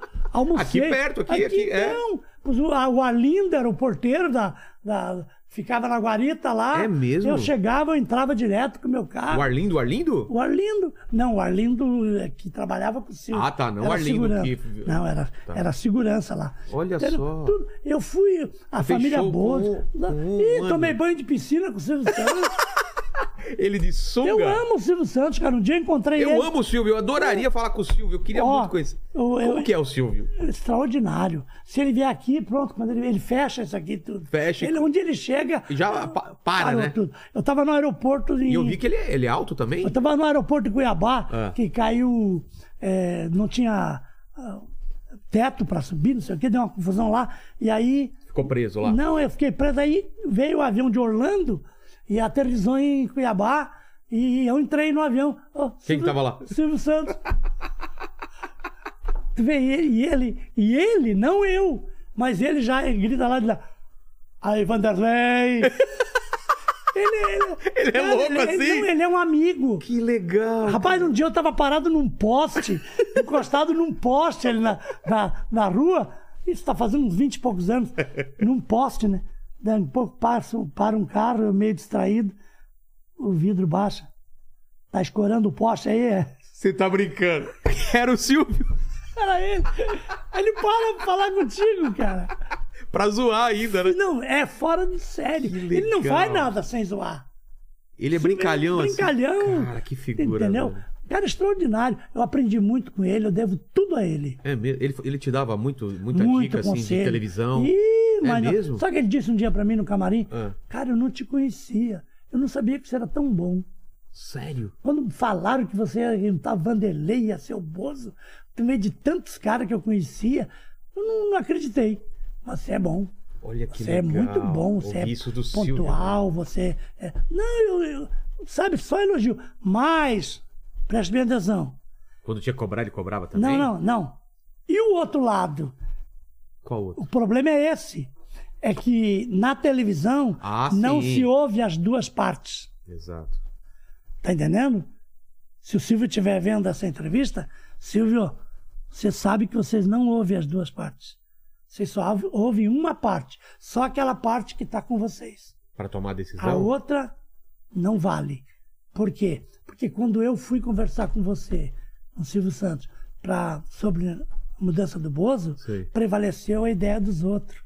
Aqui almocei. perto, aqui, aqui, é. então. Pois O, a- o Arlindo era o porteiro da... da- ficava na guarita lá. É mesmo? Eu chegava, eu entrava direto com o meu carro. O Arlindo, o Arlindo? O Arlindo, não, o Arlindo eh, que trabalhava com o Silvio. Ah, tá, não o Era Arlindo segurança. que- Não, era, Tá. era segurança lá. Olha Entendeu? só. Tudo- Eu fui, a Fez família show com um Bozo. o- com o Ih, Mano. tomei banho de piscina com o Silvio Santos. Ele de sunga. eu amo o Silvio Santos, cara. Um dia eu encontrei Eu ele. amo o Silvio, eu adoraria falar com o Silvio, eu queria Ó, muito conhecer. eu- eu- É Como que é o Silvio? Extraordinário. Se ele vier aqui, pronto, quando ele, ele fecha isso aqui tudo. Fecha. Ele, onde ele chega. E já pa- para, parou né? tudo. Eu tava no aeroporto em. E eu vi que ele é, ele é alto também? Eu tava no aeroporto de Cuiabá, Ah. que caiu. é, não tinha ah, teto para subir, não sei o que, deu uma confusão lá. E aí. Ficou preso lá. Não, eu fiquei preso. Aí veio o avião de Orlando e aterrissou em Cuiabá. E eu entrei no avião. Ô, Silvio- tava lá? Silvio Santos. tu vê ele, e ele, e ele, não eu, mas ele já ele grita lá de lá. Aí, Vanderlei! ele, ele, Ele é cara, louco ele- ele- assim? não, ele é um amigo. Que legal. Rapaz, um dia eu tava parado num poste, encostado num poste ali na, na, na rua. Isso tá fazendo uns 20 e poucos anos. Num poste, né? Daí um pouco passa, para um carro, eu meio distraído. O vidro baixa. Tá escorando o poste aí, é? Você tá brincando. Era o Silvio. Era ele. Ele para pra falar contigo, cara. pra zoar ainda, né? Não, é fora de série. Que Ele não legal. faz nada sem zoar. Ele é brincalhão, assim. Brincalhão. Cara, que figura. entendeu? velho. Cara extraordinário. Eu aprendi muito com ele, eu devo tudo a ele. É mesmo. Ele, ele te dava muito, muita muito dica, assim, conselho. de televisão. Ih, É mas não- mesmo? Sabe o que ele disse um dia pra mim no camarim? Ah. Cara, eu não te conhecia. Eu não sabia que você era tão bom. Sério? Quando falaram que você ia imitar Vanderlei, ia ser o Bozo, no meio de tantos caras que eu conhecia, eu não, não acreditei. Você é bom. Olha que legal. Você é muito bom, você é Ouvi isso do Silvio, pontual, você é... Não, eu, eu- Sabe, só elogio. Mas, preste bem atenção. Quando tinha que cobrar, ele cobrava também? Não, não, não. E o outro lado? Qual outro? O problema é esse. É que na televisão Ah, não sim. se ouve as duas partes. Exato. Tá entendendo? Se o Silvio estiver vendo essa entrevista, Silvio, você sabe que vocês não ouvem as duas partes. Vocês só ouve- ouvem uma parte. Só aquela parte que está com vocês. Pra tomar decisão? A outra não vale. Por quê? Porque quando eu fui conversar com você, com o Silvio Santos, pra, sobre a mudança do Bozo, Sei. prevaleceu a ideia dos outros.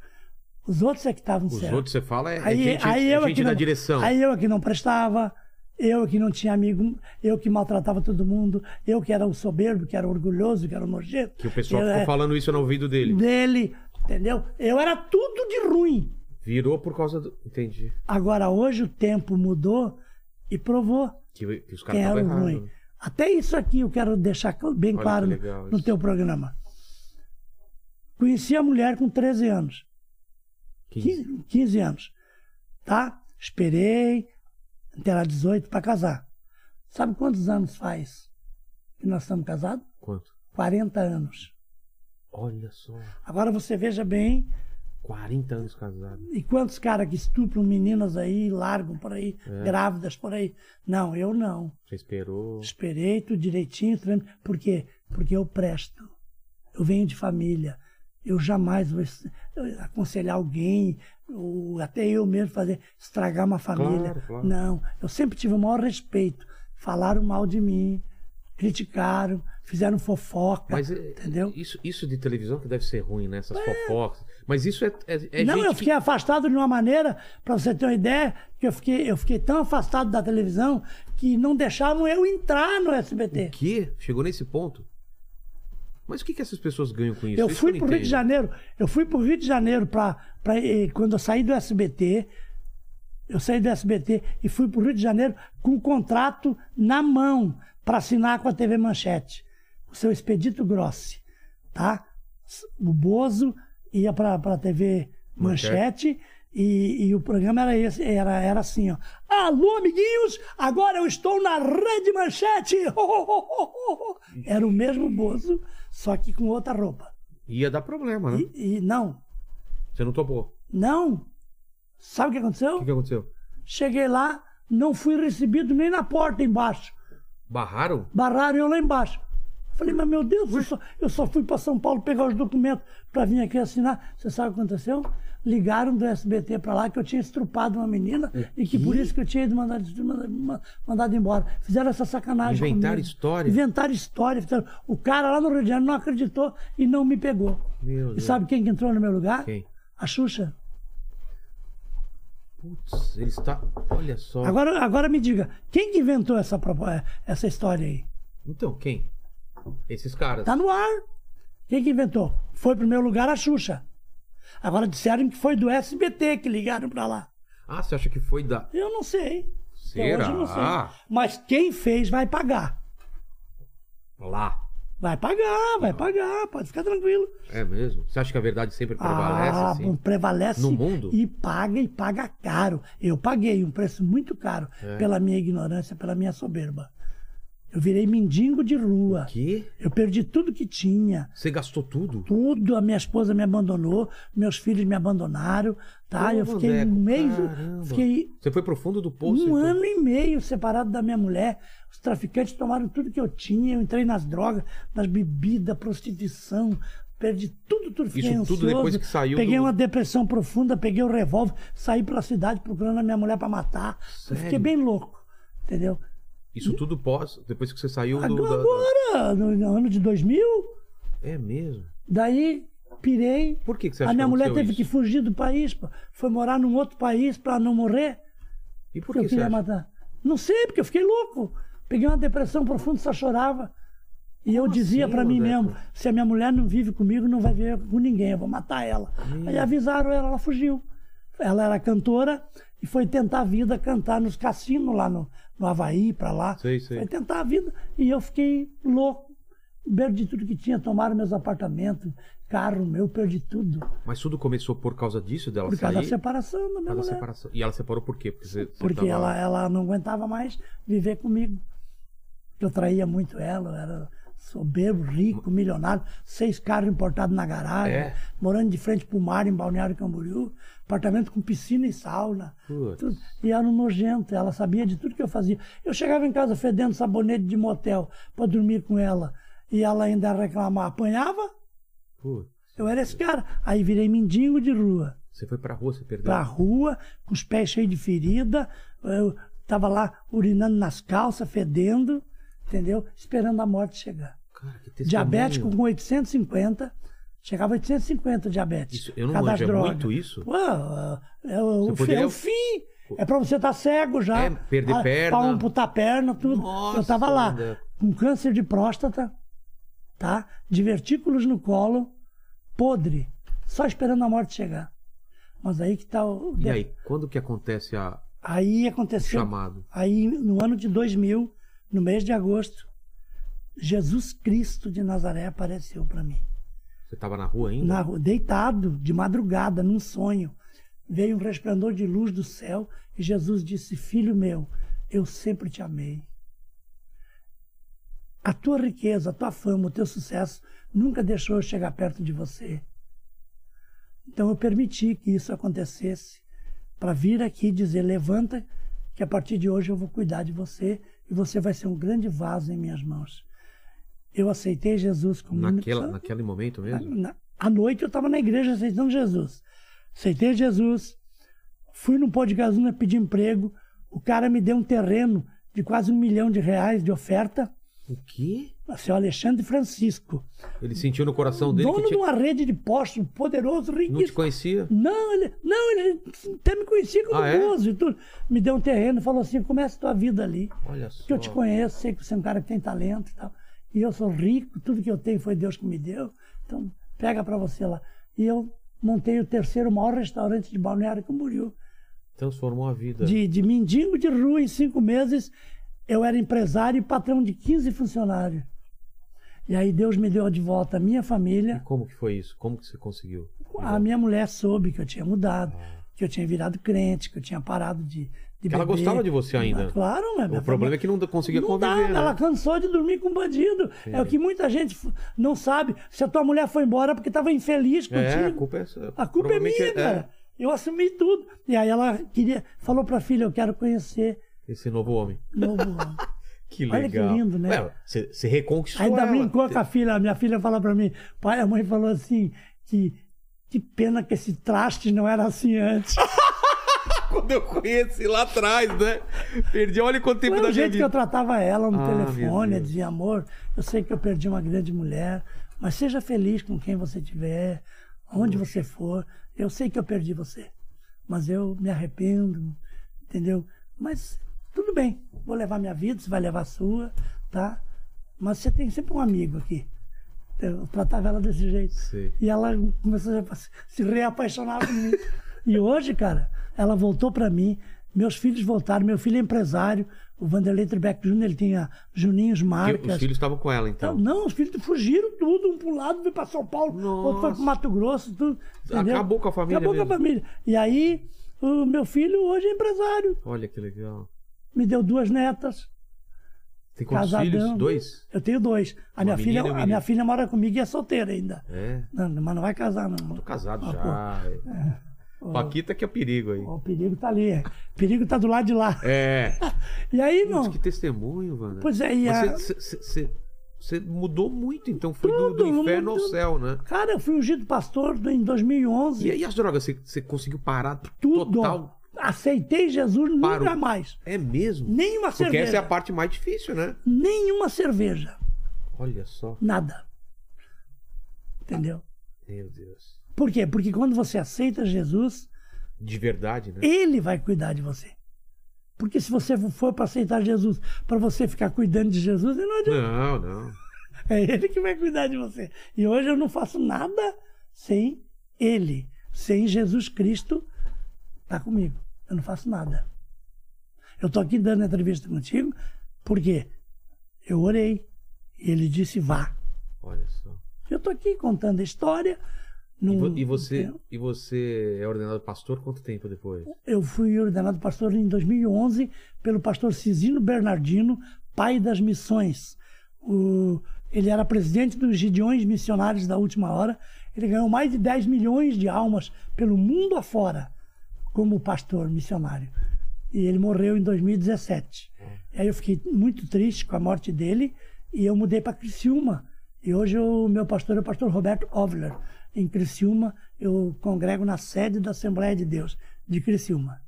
Os outros é que estavam Os certos. outros, você fala, é, é Aí, gente, aí é eu gente que da não, direção. Aí eu que não prestava, eu que não tinha amigo, eu que maltratava todo mundo, eu que era o soberbo, que era orgulhoso, que era o nojento. Que o pessoal eu é. ficou era falando isso no ouvido dele. dele, entendeu? Eu era tudo de ruim. Virou por causa do... Entendi. Agora, hoje o tempo mudou e provou Que, que os caras quem era estavam o é um ruim. errados. Até isso aqui eu quero deixar cl- bem Olha claro que no- legal no isso. teu programa. Conheci a mulher com 13 anos. 15. 15, 15 anos. Tá? Esperei até ela 18 para casar. Sabe quantos anos faz que nós estamos casados? Quanto? 40 anos. Olha só. Agora você veja bem, 40 anos casado. e quantos caras que estupram meninas aí, largam por aí, É. grávidas por aí. Não, eu não. Você esperou. Esperei tudo direitinho. tran- Por quê? Porque eu presto. Eu venho de família. Eu jamais vou es- eu aconselhar alguém, ou até eu mesmo, fazer estragar uma família. Claro, claro. Não. Eu sempre tive o maior respeito. Falaram mal de mim, criticaram, fizeram fofoca. Mas é- entendeu? Isso, isso de televisão que deve ser ruim, né? Essas fofocas. Mas isso é. é, é não, gente eu fiquei afastado de uma maneira, para você ter uma ideia, que eu fiquei, eu fiquei tão afastado da televisão que não deixavam eu entrar no SBT. Que... O quê? Chegou nesse ponto? Mas o que, que essas pessoas ganham com isso? Eu Isso fui que pro não Rio de entendo. Janeiro, eu fui pro Rio de Janeiro pra, pra, eh, quando eu saí do SBT, eu saí do SBT e fui pro Rio de Janeiro com um contrato na mão para assinar com a TV Manchete. O seu Expedito Grossi, tá? O Bozo ia pra, pra TV Manchete. E, e o programa era esse, era, era assim, ó. Alô, amiguinhos, agora eu estou na Rede Manchete! Era o mesmo Bozo, só que com outra roupa. Ia dar problema, né? E, e não, Você não topou. não. Sabe o que aconteceu? O que, que aconteceu? Cheguei lá, não fui recebido nem na porta embaixo. Barraram? Barraram eu lá embaixo. Falei, mas meu Deus, eu só, eu só fui para São Paulo pegar os documentos para vir aqui assinar. Você sabe o que aconteceu? Ligaram do SBT para lá que eu tinha estrupado uma menina e que por isso que eu tinha ido mandado, manda- mandado embora. Fizeram essa sacanagem. Inventaram comigo. história? Inventaram história. fizeram- O cara lá no Rio de Janeiro não acreditou e não me pegou. Meu E Deus. sabe quem que entrou no meu lugar? Quem? A Xuxa. Putz, ele está. Olha só. Agora, agora me diga, quem que inventou essa, propo- eh, essa história aí? Então, quem? Esses caras. Tá no ar. Quem que inventou? Foi pro meu lugar a Xuxa. Agora disseram que foi do SBT que ligaram pra lá. Ah, você acha que foi da. Eu não sei. Até Será? Hoje eu não sei. Mas quem fez vai pagar. Lá. Vai pagar, vai pagar, pode ficar tranquilo. É mesmo? Você acha que a verdade sempre prevalece? Ah, assim? bom, prevalece No mundo? e paga e paga caro. Eu paguei um preço muito caro É. pela minha ignorância, pela minha soberba. Eu virei mendigo de rua. Que? Eu perdi tudo que tinha. Você gastou tudo? tudo, a minha esposa me abandonou, meus filhos me abandonaram, tá? Ô, eu fiquei Vandeco, um mês, caramba. fiquei Você foi pro fundo do um poço. então. ano e meio separado da minha mulher. Os traficantes tomaram tudo que eu tinha, eu entrei nas drogas, nas bebidas, prostituição, perdi tudo, tudo fiquei Isso tudo ansioso, depois que saiu Peguei do- uma depressão profunda, peguei o revólver, saí pela cidade procurando a minha mulher para matar. Eu Sério? fiquei bem louco, entendeu? Isso tudo pós, depois que você saiu do. da- da- Agora, no no ano de 2000, É mesmo? Daí pirei. Por que, que você a acha minha que mulher aconteceu teve que isso? fugir do país, pô. foi morar num outro país para não morrer. E por porque que eu você queria acha? matar. Não sei, porque eu fiquei louco. Peguei uma depressão profunda, só chorava. E eu dizia assim, pra mim Roberto? mesmo: se a minha mulher não vive comigo, não vai viver com ninguém, eu vou matar ela. Aí avisaram ela, ela fugiu. Ela era cantora e foi tentar a vida cantar nos cassinos lá no, no Havaí, pra lá. Sei, sei. Foi tentar a vida. E eu fiquei louco. Perdi tudo que tinha, tomaram meus apartamentos, carro meu, perdi tudo. Mas tudo começou por causa disso, dela Por causa da sair? separação da por minha causa da mulher. separação. então, é. E ela separou por quê? Porque, você, você Porque tava- ela, é ela não aguentava mais viver comigo. Eu traía muito ela, eu era soberbo, rico, milionário, seis carros importados na garagem, Hum. É. morando de frente para o mar em Balneário Camboriú, apartamento com piscina e sauna. Putz. tudo. E era um nojento, ela sabia de tudo que eu fazia. Eu chegava em casa fedendo sabonete de motel para dormir com ela e ela ainda reclamava, apanhava, Putz, eu era esse cara. Aí virei mendigo de rua Você foi pra rua, você perdeu. pra rua, com os pés cheios de ferida. Eu tava lá urinando nas calças, fedendo, entendeu? Esperando a morte chegar. Cara, que testemunho. Diabético com 850. Chegava 850 diabetes. Isso, eu não cada manjo, é droga. muito isso? Ué, é, o- Você o fi- poderia- é o fim. É pra você estar cego já. É, perder Ah, perna. Pra amputar a perna, tudo. eu Nossa, tava lá André. com câncer de próstata, tá? Divertículos no colo, podre, só esperando a morte chegar. Mas aí que tá o. E aí, quando que acontece a Aí aconteceu. chamado? Aí, no ano de 2000, no mês de agosto, Jesus Cristo de Nazaré apareceu para mim. Você tava na rua ainda? Na rua, deitado, de madrugada, num sonho. Veio um resplendor de luz do céu e Jesus disse: Filho meu, eu sempre te amei. A tua riqueza, a tua fama, o teu sucesso nunca deixou eu chegar perto de você. Então eu permiti que isso acontecesse para vir aqui dizer: levanta, que a partir de hoje eu vou cuidar de você e você vai ser um grande vaso em minhas mãos. Eu aceitei Jesus como minha Naquela, pessoa- naquele momento mesmo? na- à noite eu estava na igreja aceitando Jesus. Aceitei Jesus, fui num pó de gasolina pedir emprego. O cara me deu um terreno de quase um milhão de reais de oferta. O quê? O Seu Alexandre Francisco, Ele sentiu no coração dele dono que de tinha... uma rede de postos, poderoso, não te riquíssimo. conhecia? Não, ele, não, ele até me conhecia como Ah, é? moço e tudo. Me deu um terreno e falou assim: começa a tua vida ali. Olha só. Que eu te conheço, sei que você é um cara que tem talento e tal. E eu sou rico, tudo que eu tenho foi Deus que me deu. Então, pega para você lá. E eu montei o terceiro maior restaurante de Balneário Camboriú. Transformou a vida. De, de mendigo de rua, em cinco meses, eu era empresário e patrão de 15 funcionários. E aí Deus me deu de volta a minha E família. como que foi isso? Como que você conseguiu? A minha mulher soube que eu tinha mudado, que eu tinha virado crente, que eu tinha parado de, de Que ela beber. gostava de você ainda. Claro, mas minha O problema família- é que não conseguia não conviver. dá, né? Ela cansou de dormir com bandido. É o que muita gente f- não sabe. Se a tua mulher foi embora porque estava infeliz contigo. É, a culpa é sua. A culpa é Provavelmente minha, cara. Eu assumi tudo. E aí ela queria, falou pra filha, eu quero conhecer é, Esse novo homem. novo homem. Que legal. Olha que lindo, né? Ué, Você você reconquistou Ainda ela. brincou com a filha. A minha filha fala pra mim, pai, a mãe falou assim, que, que pena que esse traste não era assim antes. Quando eu conheci lá atrás, né? Perdi, olha quanto tempo Foi da é minha o jeito que vida. eu tratava ela no Ah, telefone, meu eu Deus. dizia, amor, eu sei que eu perdi uma grande mulher, mas seja feliz com quem você tiver, onde você for. Eu sei que eu perdi você, mas eu me arrependo, entendeu? Mas tudo bem, vou levar minha vida, você vai levar a sua, tá? Mas você tem sempre um amigo aqui. Eu tratava ela desse jeito. Sei. E ela começou a se- se reapaixonar por mim. e hoje, cara, ela voltou para mim. Meus filhos voltaram. Meu filho é empresário. O Vanderlei Trebek Jr. Ele tinha Juninhos Porque Marcas. Os filhos estavam com ela, então. Não, não, os filhos fugiram tudo, um pro lado, veio pra São Paulo, outro foi Nossa. pro Mato Grosso, tudo. entendeu? Acabou com a família Acabou com mesmo. a família. E aí, o meu filho hoje é empresário. Olha que legal. Me deu duas netas. Tem quantos Casadão. né? filhos? Dois? Eu tenho dois. A, minha menina filha, e um a menino. minha filha mora comigo e é solteira ainda. É. Não, mas não vai casar, não. Tô casado Ah, já. Paquita que é perigo aí. Ó, O perigo tá ali. é. O perigo tá do lado de lá. É. E aí, Putz, irmão, que testemunho, mano. Pois é, e a- Você mudou muito, então. Foi do, do Tudo, inferno ao mudou. céu, né? cara, eu fui ungido pastor do- em 2011. E, e as drogas? Você- Você conseguiu parar tudo. total? Aceitei Jesus nunca Parou. mais. É mesmo? Nenhuma Porque cerveja. essa é a parte mais difícil, né? Nenhuma cerveja. Olha só. Nada. Entendeu? Meu Deus. Por quê? Porque quando você aceita Jesus, De verdade, né? ele vai cuidar de você. Porque se você for para aceitar Jesus, para você ficar cuidando de Jesus, ele não adianta. Não, não. É ele que vai cuidar de você. E hoje eu não faço nada sem ele, sem Jesus Cristo estar comigo. Eu não faço nada. Eu estou aqui dando entrevista contigo porque eu orei e ele disse vá. Olha só. Eu estou aqui contando a história. E, num- vo- e você, e você é ordenado pastor quanto tempo depois? Eu fui ordenado pastor em 2011 pelo pastor Cisino Bernardino, pai das missões. O- ele era presidente dos Gideões Missionários da Última Hora. Ele ganhou mais de 10 milhões de almas pelo mundo afora como pastor missionário. E ele morreu em 2017. É. E aí eu fiquei muito triste com a morte dele e eu mudei para Criciúma. E hoje o meu pastor é o pastor Roberto Ovler. Em Criciúma, eu congrego na sede da Assembleia de Deus de Criciúma.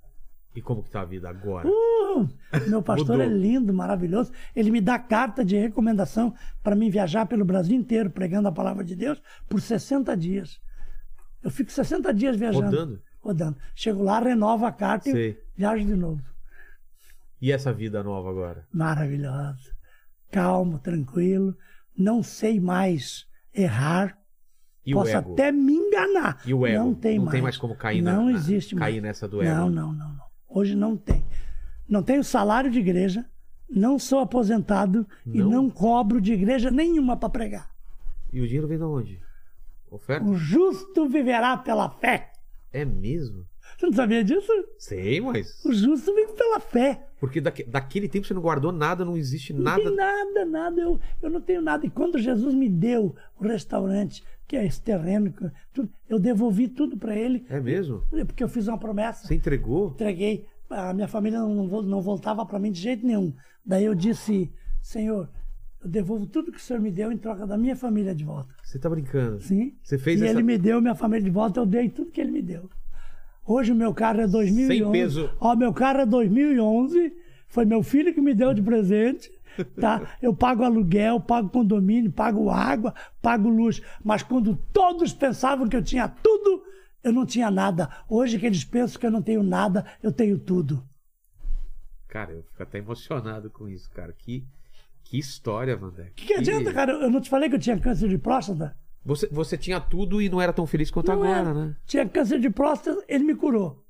E como que tá a vida agora? Uh, meu pastor é Mudou. lindo, maravilhoso. Ele me dá carta de recomendação para mim viajar pelo Brasil inteiro pregando a palavra de Deus por 60 dias. Eu fico 60 dias viajando. Rodando? Rodando. Chego lá, renovo a carta Sei. e viajo de novo. E essa vida nova agora? Maravilhoso. Calmo, tranquilo. Não sei mais errar. E Posso o ego? até me enganar. E o ego? Não tem Não mais. tem mais como cair na- Não na- existe mais. cair nessa do ego. Não, não, não, não. Hoje não tem. Não tenho salário de igreja, não sou aposentado e Não? não cobro de igreja nenhuma para pregar. E o dinheiro vem de onde? Oferta? O justo viverá pela fé. É mesmo? Você não sabia disso? Sei, mas. O justo vive pela fé. Porque daque- daquele tempo você não guardou nada, não existe Não nada. tem nada, nada. Eu, eu não tenho nada. E quando Jesus me deu o restaurante, que é esse terreno, que- tudo, eu devolvi tudo para ele, É mesmo? porque eu fiz uma promessa. Você entregou? Entreguei. A minha família não, vol- não voltava para mim de jeito nenhum. Daí eu disse, Senhor, eu devolvo tudo que o Senhor me deu em troca da minha família de volta. Você tá brincando? Sim. Você fez e essa. ele me deu minha família de volta, eu dei tudo que ele me deu. Hoje o meu carro é 2011. Sem peso. Ó, meu carro é 2011. Foi meu filho que me deu de presente. Tá? Eu pago aluguel, pago condomínio, pago água, pago luz. Mas quando todos pensavam que eu tinha tudo, eu não tinha nada. Hoje que eles pensam que eu não tenho nada, eu tenho tudo. Cara, eu fico até emocionado com isso, cara. Que, que história, Vandé. O que, que adianta, cara? Eu não te falei que eu tinha câncer de próstata? Você, você tinha tudo e não era tão feliz quanto Não agora, era. né? Tinha câncer de próstata, ele me curou.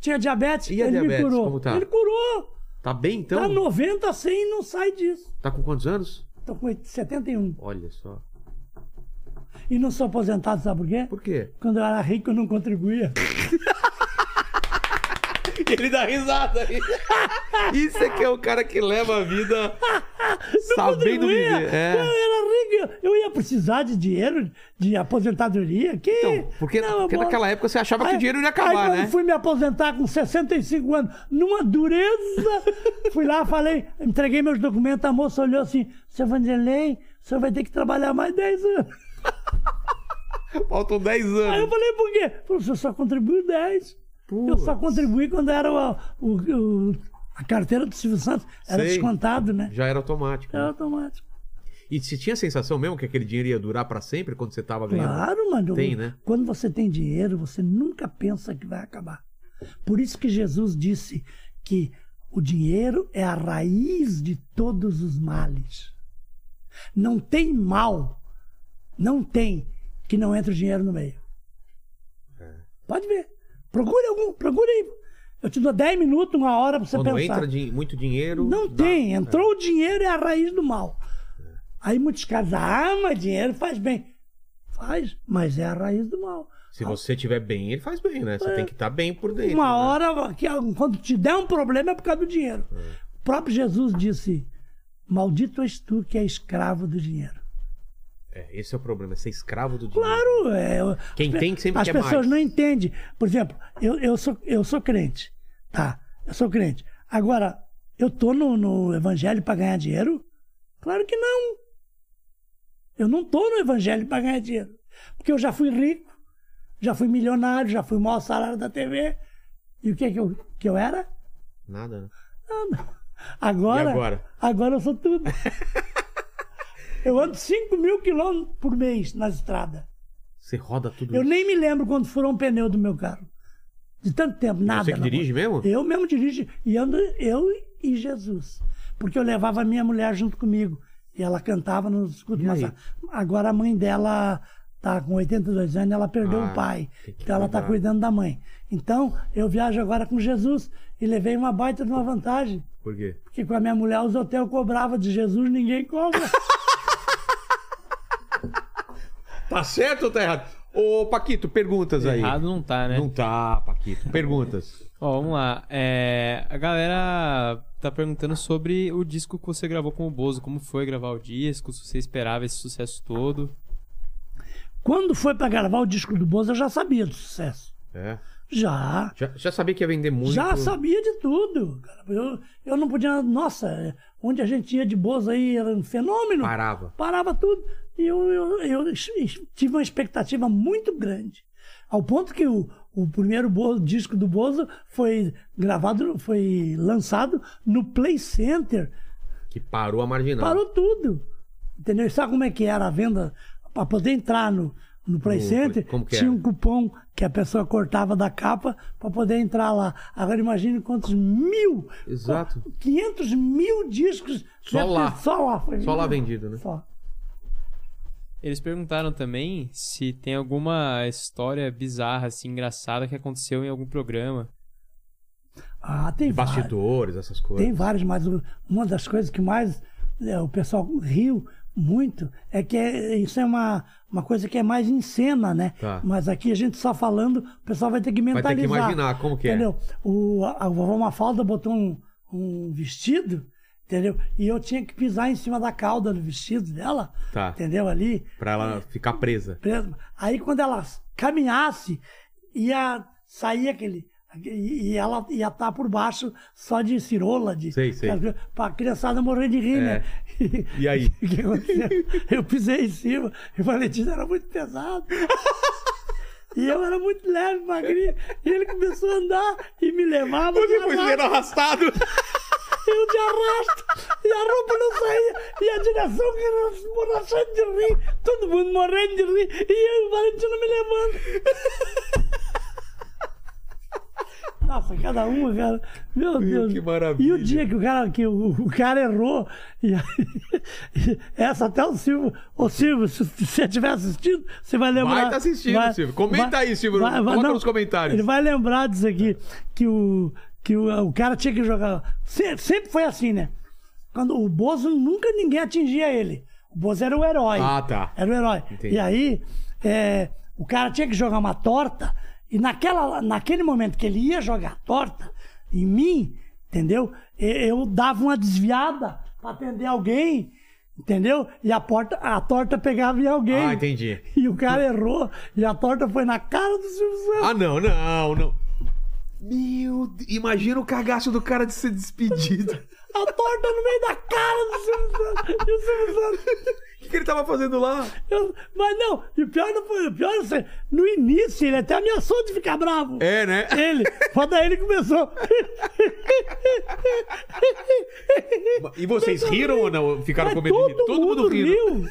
Tinha diabetes, E a ele diabetes, me curou. como tá? Ele curou. Tá bem então? Tá 90, 100 e não sai disso. Tá com quantos anos? Tô com 71. Olha só. E não sou aposentado, sabe por quê? Por quê? Quando eu era rico, eu não contribuía. Ele dá risada aí. Isso é que é o cara que leva a vida sabendo contribuía. viver. Eu Ah, É. era rico, eu ia precisar de dinheiro, de aposentadoria. Que... Então, porque, Não, porque amor. naquela época você achava que o dinheiro ia aí acabar, quando né? fui me aposentar com 65 anos, numa dureza, fui lá, falei, entreguei meus documentos, a moça olhou assim, seu Vanderlei, o senhor vai ter que trabalhar mais 10 anos. Faltam 10 Aí eu anos. falei, por quê? Falei, você só contribuiu 10. Eu só contribuí quando era o, o- o- a carteira do Silvio Santos. Era Sei. Hum. descontado, né? Já era automático. Era automático. E você tinha a sensação mesmo que aquele dinheiro ia durar pra sempre quando você tava ganhando? Claro, mano. Tem, né? Quando você tem dinheiro, você nunca pensa que vai acabar. Por isso que Jesus disse que o dinheiro é a raiz de todos os males. Não tem mal, não tem que não entre o dinheiro no meio. É. Pode ver. Procure algum, procure aí. Eu te dou 10 minutos, uma hora pra você Quando pensar. entra din- muito dinheiro. Não dá. né? tem. Entrou o dinheiro é a raiz do mal. Aí muitos caras, ah, mas dinheiro faz bem. Faz, mas é a raiz do mal. Se você tiver bem, ele faz bem, né? Você tem que estar bem por dentro. É. Uma né? hora, que, quando te der um problema, é por causa do dinheiro. O próprio Jesus disse: Maldito és tu que é escravo do dinheiro. É, esse é o problema, é ser escravo do dinheiro. Claro, é, eu- Quem as pe- tem sempre As quer pessoas mais. não entendem. Por exemplo, eu, eu, sou, eu sou crente, tá? Eu sou crente. Agora, eu tô no, no evangelho para ganhar dinheiro? Claro que não. Eu não tô no evangelho para ganhar dinheiro. Porque eu já fui rico, já fui milionário, já fui o maior salário da TV. E o que que eu, que eu era? Nada, né? Agora, E agora? agora eu sou tudo. eu ando 5 mil quilômetros por mês nas estradas. Você roda tudo Eu nem me lembro quando furou um pneu do meu carro. De tanto tempo, nada. Você que na dirige mesmo? Eu mesmo dirijo. E ando eu e Jesus. Porque eu levava a minha mulher junto comigo. E ela cantava nos escudo E aí? Massacre. Agora a mãe dela tá com 82 anos, ela perdeu Ah, o pai. tem que Então ela tá cuidar. cuidando da mãe. Então eu viajo agora com Jesus e levei uma baita de uma vantagem. Por quê? Porque com a minha mulher os hotéis cobravam de Jesus, ninguém cobra. Tá certo ou tá errado? Ô, Paquito, perguntas aí. Errado não tá, né? Não tá, Paquito. Perguntas. Ó, vamos lá. É, a galera tá perguntando sobre o disco que você gravou com o Bozo. Como foi gravar o disco? Se você esperava esse sucesso todo. Quando foi pra gravar o disco do Bozo, eu já sabia do sucesso. É. Já. Já, já sabia que ia vender muito. Já sabia de tudo. cara. Eu, eu não podia. Nossa, é, onde a gente ia de Bozo aí era um fenômeno. Parava. Parava tudo. E eu, eu, eu es- es- tive uma expectativa muito grande. Ao ponto que o, o primeiro Bozo- disco do Bozo foi gravado, foi lançado no Play Center. Que parou a marginal. Parou tudo. Entendeu? E sabe como é que era a venda? Para poder entrar no, no Play No- Center, como que tinha era? um cupom que a pessoa cortava da capa para poder entrar lá. Agora imagine quantos mil. Exato. 500 mil discos. Só deve ter- lá. Só lá. Foi Só lá vendido, né? Só. Eles perguntaram também se tem alguma história bizarra, assim, engraçada que aconteceu em algum programa. Ah, tem vários. Bastidores, essas coisas. Tem vários, mas o- uma das coisas que mais é, o pessoal riu muito é que é- isso é uma, uma coisa que é mais em cena, né? Tá. Mas aqui a gente só falando, o pessoal vai ter que Vai mentalizar. ter que imaginar como que é. entendeu? O, a, a vovó Mafalda botou um, um vestido, entendeu? E eu tinha que pisar em cima da cauda do vestido dela, Tá. entendeu? Ali, Pra ela ficar presa. presa. Aí quando ela caminhasse, ia sair aquele. E e ela ia estar por baixo só de cirola, de. Sei, sei. É. Pra criançada morrer de rir, né? E aí? O que aconteceu? Eu pisei em cima e o Valentino era muito pesado. E eu era muito leve, magrinho. E ele começou a andar e me levava. de arrasto. arrastado. Eu de arrasto e a roupa não saía e a direção que era borrachando de rir, todo mundo morrendo de rir e eu, o Valentino me levando. Nossa, cada um, cara. Meu Deus. que maravilha. E o dia que o cara, que o, o cara errou, e, aí- essa até o Silvio, ô Silvio, se se você estiver assistindo, você vai lembrar. tá assistindo, Silvio. Comenta aí, Silvio, coloca nos comentários. Ele vai lembrar disso aqui, que o, que o, o cara tinha que jogar. Se- sempre foi assim, né? Quando o Bozo nunca ninguém atingia ele. O Bozo era o herói. Ah, tá. Era o herói. Entendi. E aí, é, o cara tinha que jogar uma torta, e naquela, naquele momento que ele ia jogar a torta, em mim, entendeu? E- Eu dava uma desviada pra atender alguém, entendeu? E a, porta, a torta pegava em alguém. Ah, entendi. E o cara errou, e a torta foi na cara do Silvio Santos. Ah, não, não, não. Meu Deus. Imagina o cagaço do cara de ser despedido. A torta no meio da cara do Silvio Santos. E o Silvio Santos. O que, que ele tava fazendo lá? eu- mas não, e o pior não foi. O pior, assim, no início, ele até ameaçou de ficar bravo. É, né? Ele, quando ele começou. E vocês riram ou não? Ficaram Mas com medo de rir? é. todo mundo riu.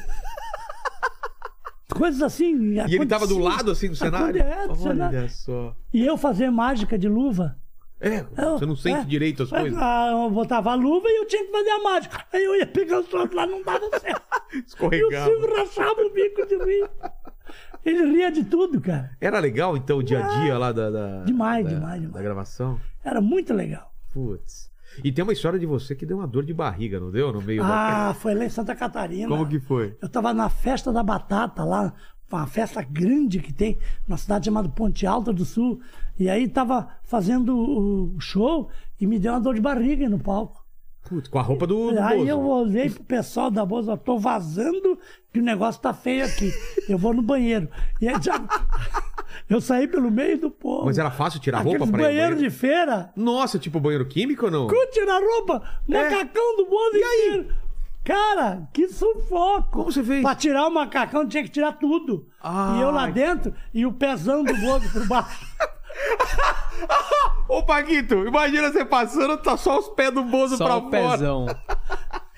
Coisas assim. E ele tava do lado, assim, do cenário? É, do cenário. Olha só. E eu fazer mágica de luva. É, você não sente É. direito as É, coisas. ah, Eu botava a luva e eu tinha que fazer a mágica. Aí eu ia pegando os troços lá, não dava certo. e o Escorregava. Silvio rachava o bico de rir. Ele ria de tudo, cara. Era legal, então, o dia a dia lá da... da- É. Demais, da- demais, demais. Da gravação? Era muito legal. Putz. E tem uma história de você que deu uma dor de barriga, não deu? No meio da... Ah, foi lá em Santa Catarina. Como que foi? Eu tava na festa da batata lá, uma festa grande que tem, numa cidade chamada Ponte Alta do Sul. E aí tava fazendo o- o show e me deu uma dor de barriga no palco. Putz, com a roupa do, do Aí Bozo. eu olhei pro pessoal da bolsa, tô vazando que o negócio tá feio aqui. Eu vou no banheiro. E aí já... eu saí pelo meio do povo. Mas era fácil tirar a roupa Aqueles pra ir ao banheiro banheiro? de feira. Nossa, tipo banheiro químico ou não? Cu tirar roupa, É. macacão do mundo inteiro. Cara, que sufoco. Como você fez? Pra tirar o macacão tinha que tirar tudo. Ah. E eu lá dentro e o pezão do Bozo por baixo. Ô, Paquito, imagina você passando, tá só os pés do Bozo Só pra o fora. pezão.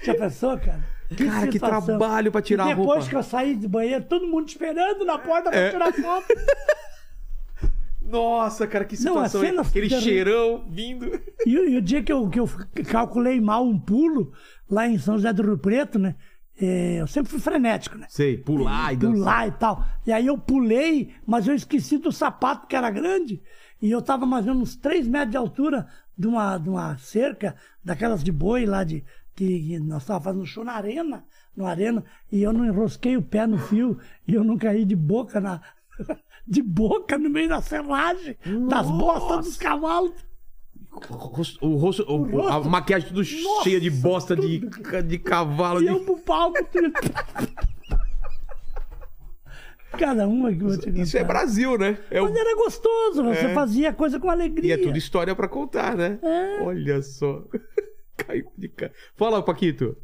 Já pensou, cara? Cara, que situação. trabalho pra tirar e a roupa. Depois que eu saí do banheiro, todo mundo esperando na porta pra É. tirar foto. Nossa, cara, que Não, a situação. cena- Aquele cheirão vindo. E, e o dia que eu, que eu calculei mal um pulo, lá em São José do Rio Preto, né? é, eu sempre fui frenético, né? Sei, pular e dançar. pular e tal. E aí eu pulei, mas eu esqueci do sapato que era grande. E eu tava mais ou menos uns 3 metros de altura de uma, de uma cerca, daquelas de boi lá de. Que que nós estávamos fazendo show na arena, no arena, e eu não enrosquei o pé no fio e eu não caí de boca na. De boca no meio da serragem, das bostas dos cavalos. O rosto, o rosto- o- O rosto. a maquiagem tudo Nossa, cheia de bosta de, ca- de cavalo. E De... eu pro palco. tudo. Cada um uma que eu vou te Isso é contar. Brasil, né? É o- Mas era gostoso, você fazia a coisa com E alegria. é tudo história pra contar, né? É. Olha só. Caiu de cara. Fala, Paquito.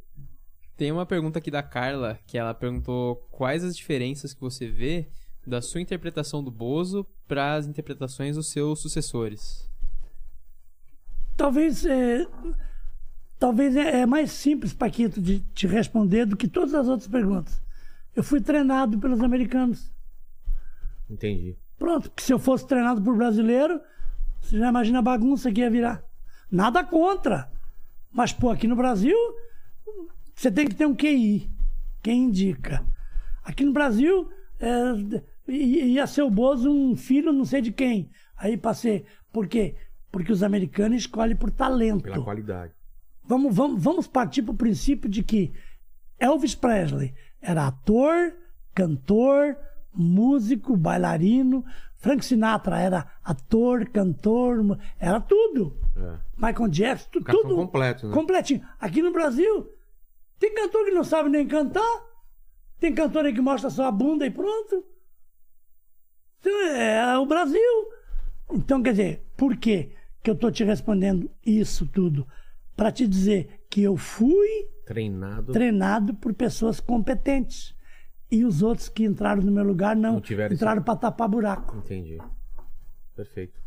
Tem uma pergunta aqui da Carla, que ela perguntou quais as diferenças que você vê da sua interpretação do Bozo para as interpretações dos seus sucessores. Talvez, é, talvez é, é mais simples, Paquito, de te responder do que todas as outras perguntas. Eu fui treinado pelos americanos. Entendi. Pronto, porque se eu fosse treinado por brasileiro, você já imagina a bagunça que ia virar. Nada contra. Mas, pô, aqui no Brasil, você tem que ter um QI. Quem indica? Aqui no Brasil, é, i- ia ser o Bozo um filho não sei de quem. Aí passei. Por quê? Porque os americanos escolhem por talento Pela qualidade. vamos, vamos, vamos partir para o princípio de que Elvis Presley era ator, cantor, músico, bailarino. Frank Sinatra era ator, cantor, mu- era tudo. É. Michael Jackson, tu- Cartão tudo. completo, né? Completinho. Aqui no Brasil, tem cantor que não sabe nem cantar. Tem cantor aí que mostra só a bunda e pronto. Então, é o Brasil. Então, quer dizer, por quê que eu tô te respondendo isso tudo? Para te dizer que eu fui Treinado. treinado por pessoas competentes. E os outros que entraram no meu lugar não, Não tiveram entraram esse- para tapar buraco. Entendi. Perfeito.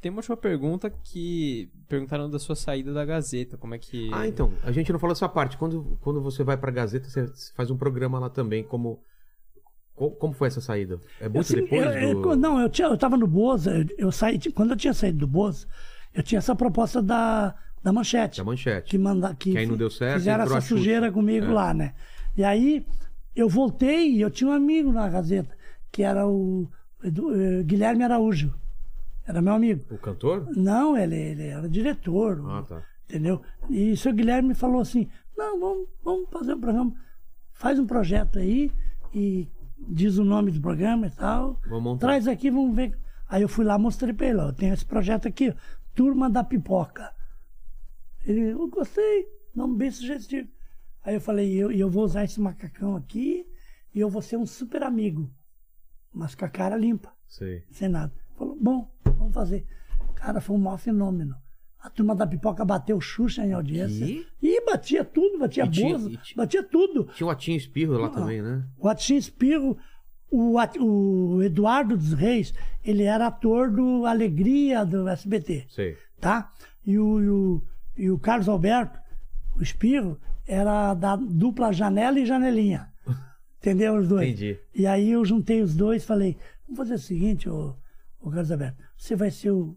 Tem uma última pergunta que perguntaram da sua saída da Gazeta, como é que... Ah, então. A gente não falou essa parte. Quando, quando você vai pra Gazeta, você faz um programa lá também. Como, co- como foi essa saída? É muito Assim, depois eu- eu- do... não, eu, tinha, eu tava no Boza, eu, eu saí, de- quando eu tinha saído do Boza, eu tinha essa proposta da, da manchete. da manchete. que manda que, Que aí não deu certo, fizeram entrou essa a É. Xuxa. sujeira comigo lá, né? E aí eu voltei e eu tinha um amigo na Gazeta, que era o Edu- eh, Guilherme Araújo. Era meu amigo. O cantor? Não, ele, ele era diretor, Ah, tá. entendeu? E o seu Guilherme me falou assim: não, vamos, vamos fazer um programa, faz um projeto aí e diz o nome do programa e tal. Vamos montar. Traz aqui, vamos ver. Aí eu fui lá, mostrei pra ele: ó, eu tenho esse projeto aqui, ó, Turma da Pipoca. Ele, eu gostei, nome bem sugestivo. Aí eu falei: eu, eu vou usar esse macacão aqui e eu vou ser um super amigo, mas com a cara limpa Sei. sem nada. Falou, bom, vamos fazer. Cara, foi um maior fenômeno. A turma da pipoca bateu Xuxa em audiência. Que? E batia tudo, batia E tinha- Bozo, e tinha- batia tudo. Tinha o Atinho Espirro lá também, né? O Atim Espirro, o, At- o Eduardo dos Reis, ele era ator do Alegria do SBT, Sei. tá? E o, e o, e o Carlos Alberto, o Espirro, era da dupla Janela e Janelinha. Entendeu os dois? Entendi. E aí eu juntei os dois falei, vamos fazer o seguinte, ô, ô Carlos Alberto, você vai ser o,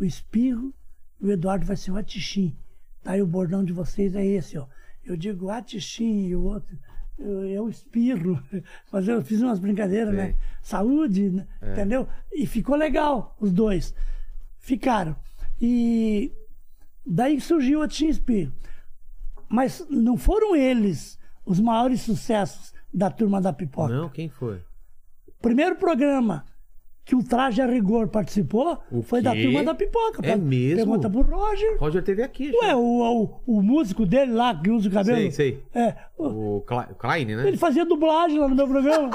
o Espirro e o Eduardo vai ser o Atixim. Tá aí o bordão de vocês é esse, ó. Eu digo Atixim e o outro eu- é o Espirro. Mas eu fiz umas brincadeiras, né? Sei. Saúde, né? entendeu? E ficou legal, os dois. Ficaram. E daí surgiu o Atixim e Espirro. Mas não foram eles os maiores sucessos da Turma da Pipoca. Não, quem foi? Primeiro programa que o Traje a Rigor participou O foi quê? da Turma da Pipoca. É mesmo? Pergunta pro Roger. Roger teve aqui. já. Ué, o, o, o músico dele lá que usa o cabelo. Sei, sei. É, o- O Cla- Klein, né? ele fazia dublagem lá no meu programa.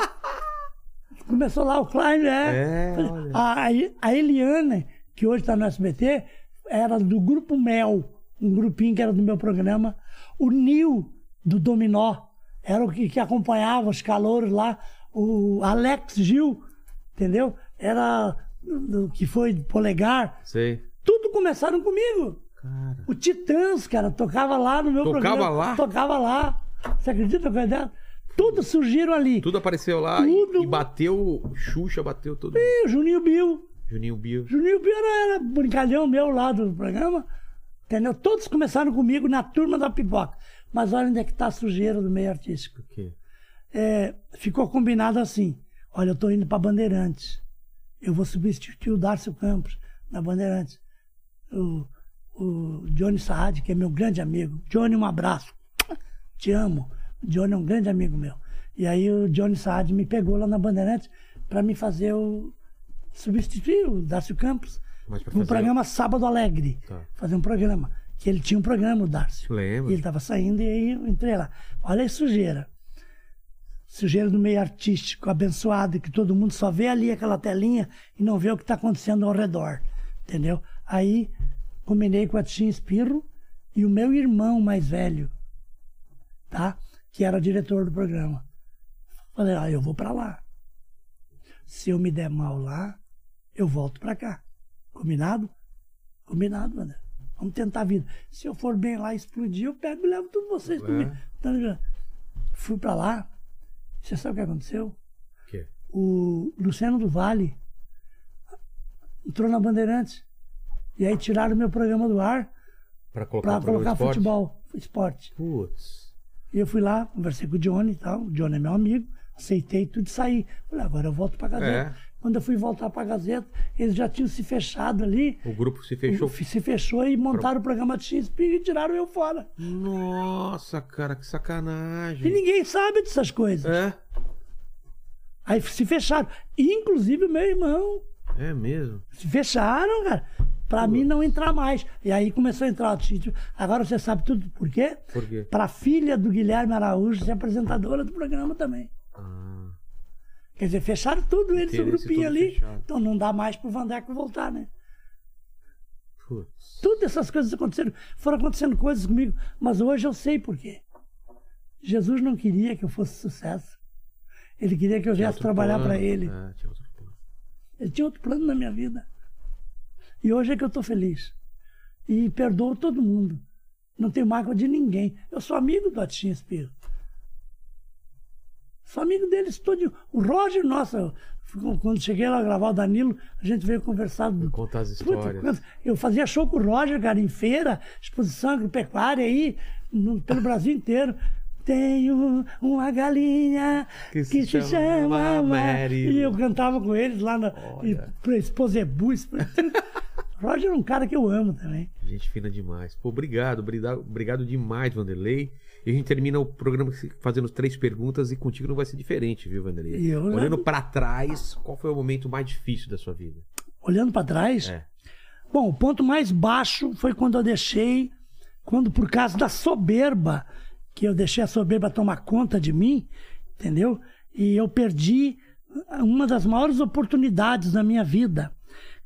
Começou lá o Klein, né? É, olha. a, a Eliana, que hoje está no SBT, era do Grupo Mel, um grupinho que era do meu programa. O Nil, do Dominó, era o que, que acompanhava os calouros lá. O Alex Gil, entendeu? Era do- do- que foi polegar. Sei. Tudo começaram comigo. Cara. O Titãs, cara, tocava lá no meu Tocava programa. lá? Tocava lá. Você acredita, Coedelo? Tudo surgiram ali. Tudo apareceu lá e- Tudo. E, bateu. Xuxa bateu todo mundo. E o Juninho Bill. Juninho Bio. Juninho Bill era, era brincalhão meu lá do programa. Entendeu? Todos começaram comigo na turma da pipoca. Mas olha onde é que tá a sujeira do meio artístico. O quê? É, ficou combinado assim: olha, eu tô indo pra Bandeirantes. Eu vou substituir o Darcio Campos na Bandeirantes. O, o Johnny Saad, que é meu grande amigo. Johnny, um abraço. Te amo. O Johnny é um grande amigo meu. E aí o Johnny Saad me pegou lá na Bandeirantes pra me fazer o. substituir o Darcio Campos. Mas pra no fazer- programa Sábado Alegre. Tá. Fazer um programa. Que ele tinha um programa, o Darcio. Lembro. E ele tava saindo e aí eu entrei lá. Olha a sujeira. Sujeira do meio artístico, abençoado, que todo mundo só vê ali aquela telinha e não vê o que está acontecendo ao redor. Entendeu? Aí combinei com a Tinha Espirro e o meu irmão mais velho, tá? Que era o diretor do programa. Falei, ó, eu vou para lá. Se eu me der mal lá, eu volto para cá. Combinado? Combinado, André. Vamos tentar a vida. Se eu for bem lá e explodir, eu pego e levo todos vocês comigo. Tá ligado? Fui pra lá. Você sabe o que aconteceu? O quê? O Luciano do Vale entrou na Bandeirantes. E aí tiraram meu programa do ar Pra colocar, pra um programa colocar de esporte? futebol, esporte. Putz. E eu fui lá, conversei com o Johnny e tal. O Johnny é meu amigo. Aceitei tudo e saí. Falei, agora eu volto pra Gazeta. É. Quando eu fui voltar pra Gazeta, eles já tinham se fechado ali. O grupo se fechou. Se fechou e montaram o programa de XP e tiraram eu fora. Nossa, cara, que E sacanagem. ninguém sabe dessas coisas. É? Aí se fecharam. Inclusive o meu irmão. É mesmo. Se fecharam, cara. Pra mim não entrar mais. E aí começou a entrar o título. Agora você sabe tudo por quê? Por quê? Pra filha do Guilherme Araújo ser apresentadora do programa também. Ah, Quer dizer, fecharam tudo eles, o Interesse grupinho tudo ali. fechado. Então não dá mais pro Vandeco voltar, né? putz. Todas essas coisas aconteceram. Foram acontecendo coisas comigo, mas hoje eu sei por quê. Jesus não queria que eu fosse sucesso. Ele queria que eu viesse Outro trabalhar plano. para ele. É, tinha outro plano. Ele tinha outro plano na minha vida. E hoje é que eu estou feliz. E perdoo todo mundo. Não tenho mágoa de ninguém. Eu sou amigo do Atinho Espírito. Sou amigo deles todo. O Roger, nossa, ficou- quando cheguei lá a gravar o Danilo, a gente veio conversar. do- Contar as Puta, histórias. quanto- eu fazia show com o Roger, cara, em feira, exposição agropecuária aí, no- pelo Brasil inteiro. Tenho uma galinha que, se chama Mary. E eu cantava com eles lá na Olha. Exposebu. Roger é um cara que eu amo também. Gente fina demais. Pô, obrigado, obrigado, obrigado demais, Vanderlei. E a gente termina o programa se- fazendo três perguntas e contigo não vai ser diferente, viu, Vanderlei? E eu- né? Olhando pra trás, qual foi o momento mais difícil da sua vida? Olhando pra trás, É. Bom, o ponto mais baixo foi quando eu deixei, quando por causa da soberba, que eu deixei a soberba tomar conta de mim, entendeu? E eu perdi uma das maiores oportunidades da minha vida,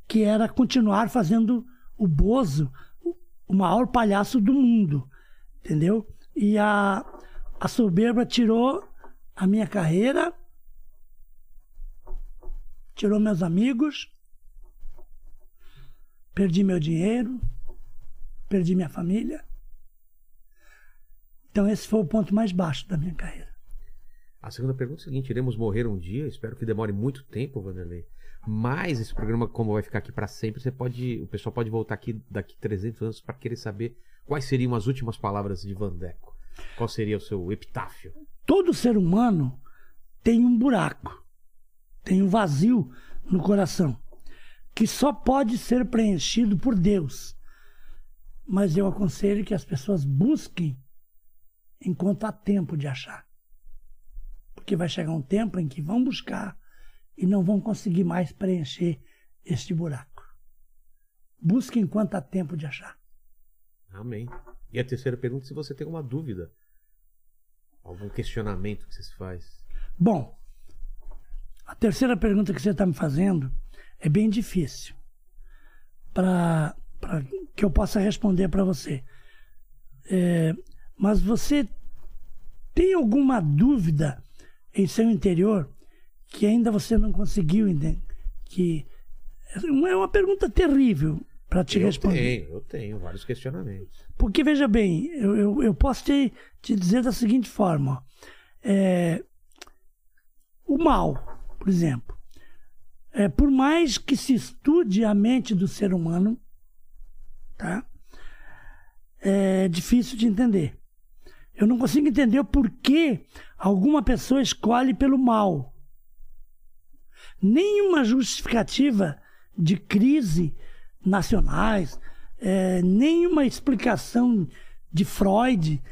que era continuar fazendo o Bozo, o- o maior palhaço do mundo, entendeu? E a, a soberba tirou a minha carreira, tirou meus amigos, perdi meu dinheiro, perdi minha família. Então esse foi o ponto mais baixo da minha carreira. A segunda pergunta é a seguinte: iremos morrer um dia? Espero que demore muito tempo, Vanderlei. Mas esse programa, como vai ficar aqui pra sempre, você pode, o pessoal pode voltar aqui daqui 300 anos pra querer saber quais seriam as últimas palavras de Vandeco. Qual seria o seu epitáfio? Todo ser humano tem um buraco, tem um vazio no coração, que só pode ser preenchido por Deus. Mas eu aconselho que as pessoas busquem enquanto há tempo de achar. Porque vai chegar um tempo em que vão buscar e não vão conseguir mais preencher este buraco. Busque enquanto há tempo de achar. Amém. E a terceira pergunta: se você tem alguma dúvida, algum questionamento que você se faz. Bom, a terceira pergunta que você está me fazendo é bem difícil para que eu possa responder para você. É, mas você tem alguma dúvida em seu interior que ainda você não conseguiu entender? Que é uma pergunta é terrível para te eu responder. tenho, eu tenho vários questionamentos. Porque, veja bem, eu, eu, eu posso te, te dizer da seguinte forma: É, o mal, por exemplo, é, por mais que se estude a mente do ser humano, tá? é difícil de entender. Eu não consigo entender o porquê alguma pessoa escolhe pelo mal. Nenhuma justificativa de crise nacionais, eh, nenhuma explicação de Freud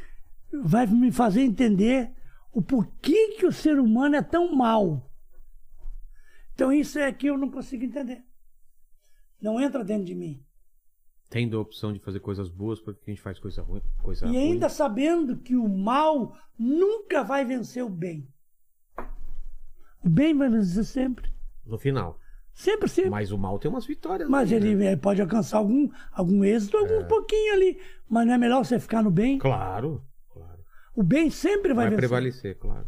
vai me fazer entender o porquê que o ser humano é tão mal. Então isso é que eu não consigo entender. Não entra dentro de mim. Tendo a opção de fazer coisas boas, porque a gente faz coisa ruim. Coisa E Tá ruim. ainda sabendo que o mal nunca vai vencer o bem. O bem vai vencer sempre. No final. Sempre, sempre. Mas, Mas o mal tem umas vitórias. aí, né? ele eh, pode alcançar algum, algum êxito, É. algum pouquinho ali. Mas não é melhor você ficar no bem? Claro, claro. O bem sempre Vai, vai, vencer. prevalecer, claro.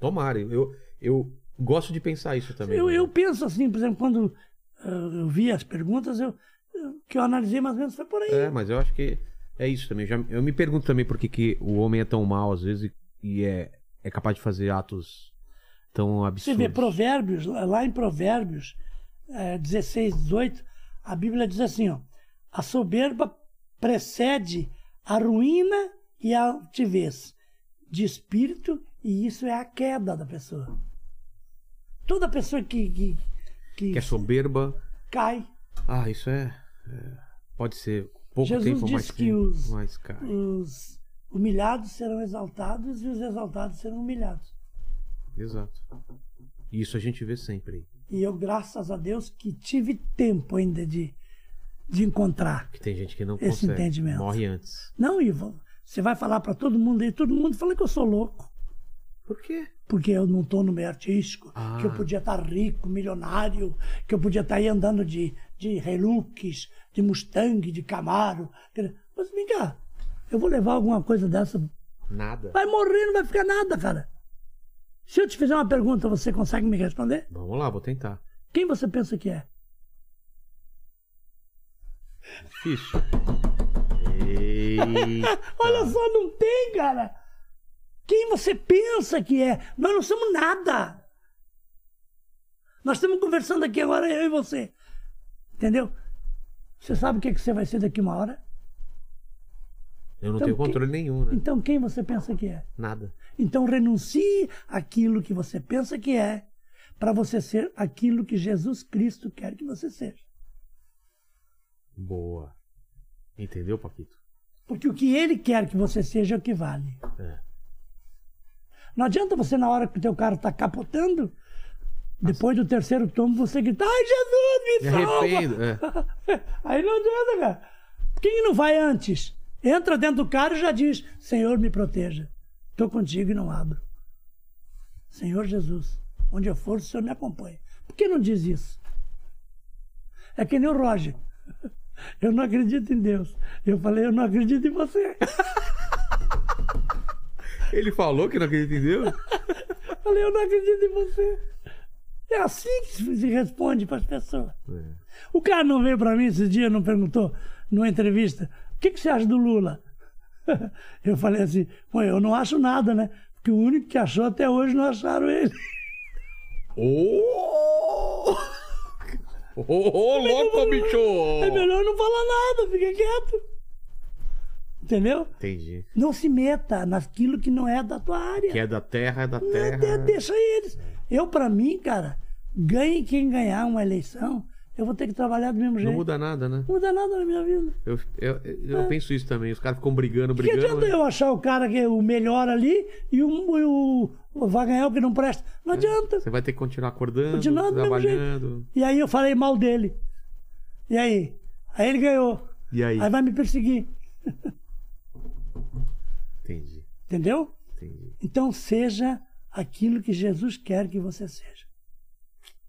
Tomara. Eu, eu gosto de pensar isso também. Eu, né? eu penso assim, por exemplo, quando eh, eu vi as perguntas, eu, eu- que eu analisei mais ou menos foi por aí. É, mas eu acho que é isso também. Já- eu me pergunto também por que, que o homem é tão mal, às vezes, e e é, é capaz de fazer atos tão Você absurdos. vê Provérbios, lá lá em Provérbios eh, 16, 18, a Bíblia diz assim: ó, a soberba precede a ruína e a altivez de espírito, e isso é a queda da pessoa. Toda pessoa que, que, que Que é soberba. cai, Ah, isso é. é, pode ser pouco Jesus tempo, mais disse que os- Hum. mais caro. os humilhados serão exaltados e os exaltados serão humilhados. Exato. E Isso a gente vê sempre. aí. E eu, graças a Deus, que tive tempo ainda de, de encontrar. Que tem gente que não Esse consegue. entendimento. Morre antes. Não, Ivan, você vai falar para todo mundo aí, todo mundo fala que eu sou louco, Por quê? porque eu não estou no meio artístico, Ah. que eu podia estar rico, milionário, que eu podia estar aí andando de, de Hilux, de Mustang, de Camaro. Mas vem cá, eu vou levar alguma coisa dessa. Nada. Vai morrer, não vai ficar nada, cara. Se eu te fizer uma pergunta, você consegue me responder? Vamos lá, vou tentar. Quem você pensa que é? Difícil. Eita. Olha só, não tem, cara. Quem você pensa que é? Nós não somos nada. Nós estamos conversando aqui agora, eu e você. Entendeu? Você sabe o que, é que você vai ser daqui uma hora? Eu não Então, tenho que- controle nenhum, né? Então quem você pensa que é? Nada. Então renuncie aquilo que você pensa que é para você ser aquilo que Jesus Cristo quer que você seja. Boa. Entendeu, Paquito? Porque o que ele quer que você seja é o que vale. É. Não adianta você, na hora que o teu carro está capotando, depois do terceiro tombo, você gritar, ai Me Jesus, me arrependo. É. salva! Aí não adianta, cara. Quem não vai antes? Entra dentro do carro e já diz, Senhor, me proteja. Estou contigo e não abro. Senhor Jesus, onde eu for, o Senhor me acompanha. Por que não diz isso? É que nem o Roger. Eu não acredito em Deus. Eu falei, eu não acredito em você. Ele falou que não entendeu? Falei, eu não acredito em você. É assim que se se responde para as pessoas. É. O cara não veio para mim esses dias, não perguntou numa entrevista: o que, que você acha do Lula? Eu falei assim: pô, eu não acho nada, né? Porque o único que achou até hoje não acharam ele. Ô, Ô, ô, louco, É bicho! melhor não falar nada, fica quieto. Entendeu? Entendi. Não se meta naquilo que não é da tua área. Que é da terra, é da Né? De- terra. Deixa eles. Eu, pra mim, cara, ganhe quem ganhar uma eleição, eu vou ter que trabalhar do mesmo jeito. Não muda nada, né? Não muda nada na minha vida. Eu, eu, eu penso isso também. Os caras ficam brigando, É. Que brigando. adianta eu achar o cara que é o melhor ali e o, e o- o- vai ganhar o que não presta? Não adianta. É, Você vai ter que continuar acordando, Continuar do mesmo jeito. trabalhando. E aí eu falei mal dele. E aí? Aí ele ganhou. E aí? Aí vai me perseguir. Entendi, Entendeu? entendi. Então seja aquilo que Jesus quer que você seja.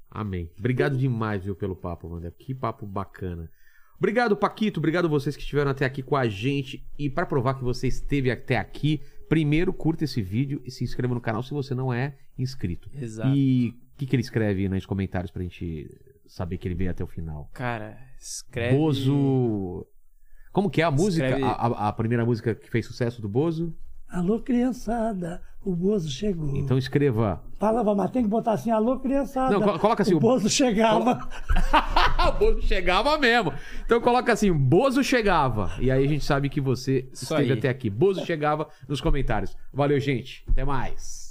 Amém. Obrigado demais, viu, pelo papo, Wander. Que papo bacana. Obrigado, Paquito. Obrigado vocês que estiveram até aqui com a gente. E para provar que você esteve até aqui, primeiro curta esse vídeo e se inscreva no canal se você não é inscrito. Exato. E o que, que ele escreve aí nos comentários pra gente saber que ele veio até o final. Cara, escreve. Bozo. Como que é a música? Escreve- A, a- a primeira música que fez sucesso do Bozo? Alô, criançada, o Bozo chegou. Então escreva. Falava, mas tem que botar assim, alô, criançada. Não, co- coloca assim, o- O Bozo chegava. o Bozo chegava mesmo. Então coloca assim, Bozo chegava. E aí a gente sabe que você Isso esteve aí. até aqui. Bozo chegava nos comentários. Valeu, gente. Até mais.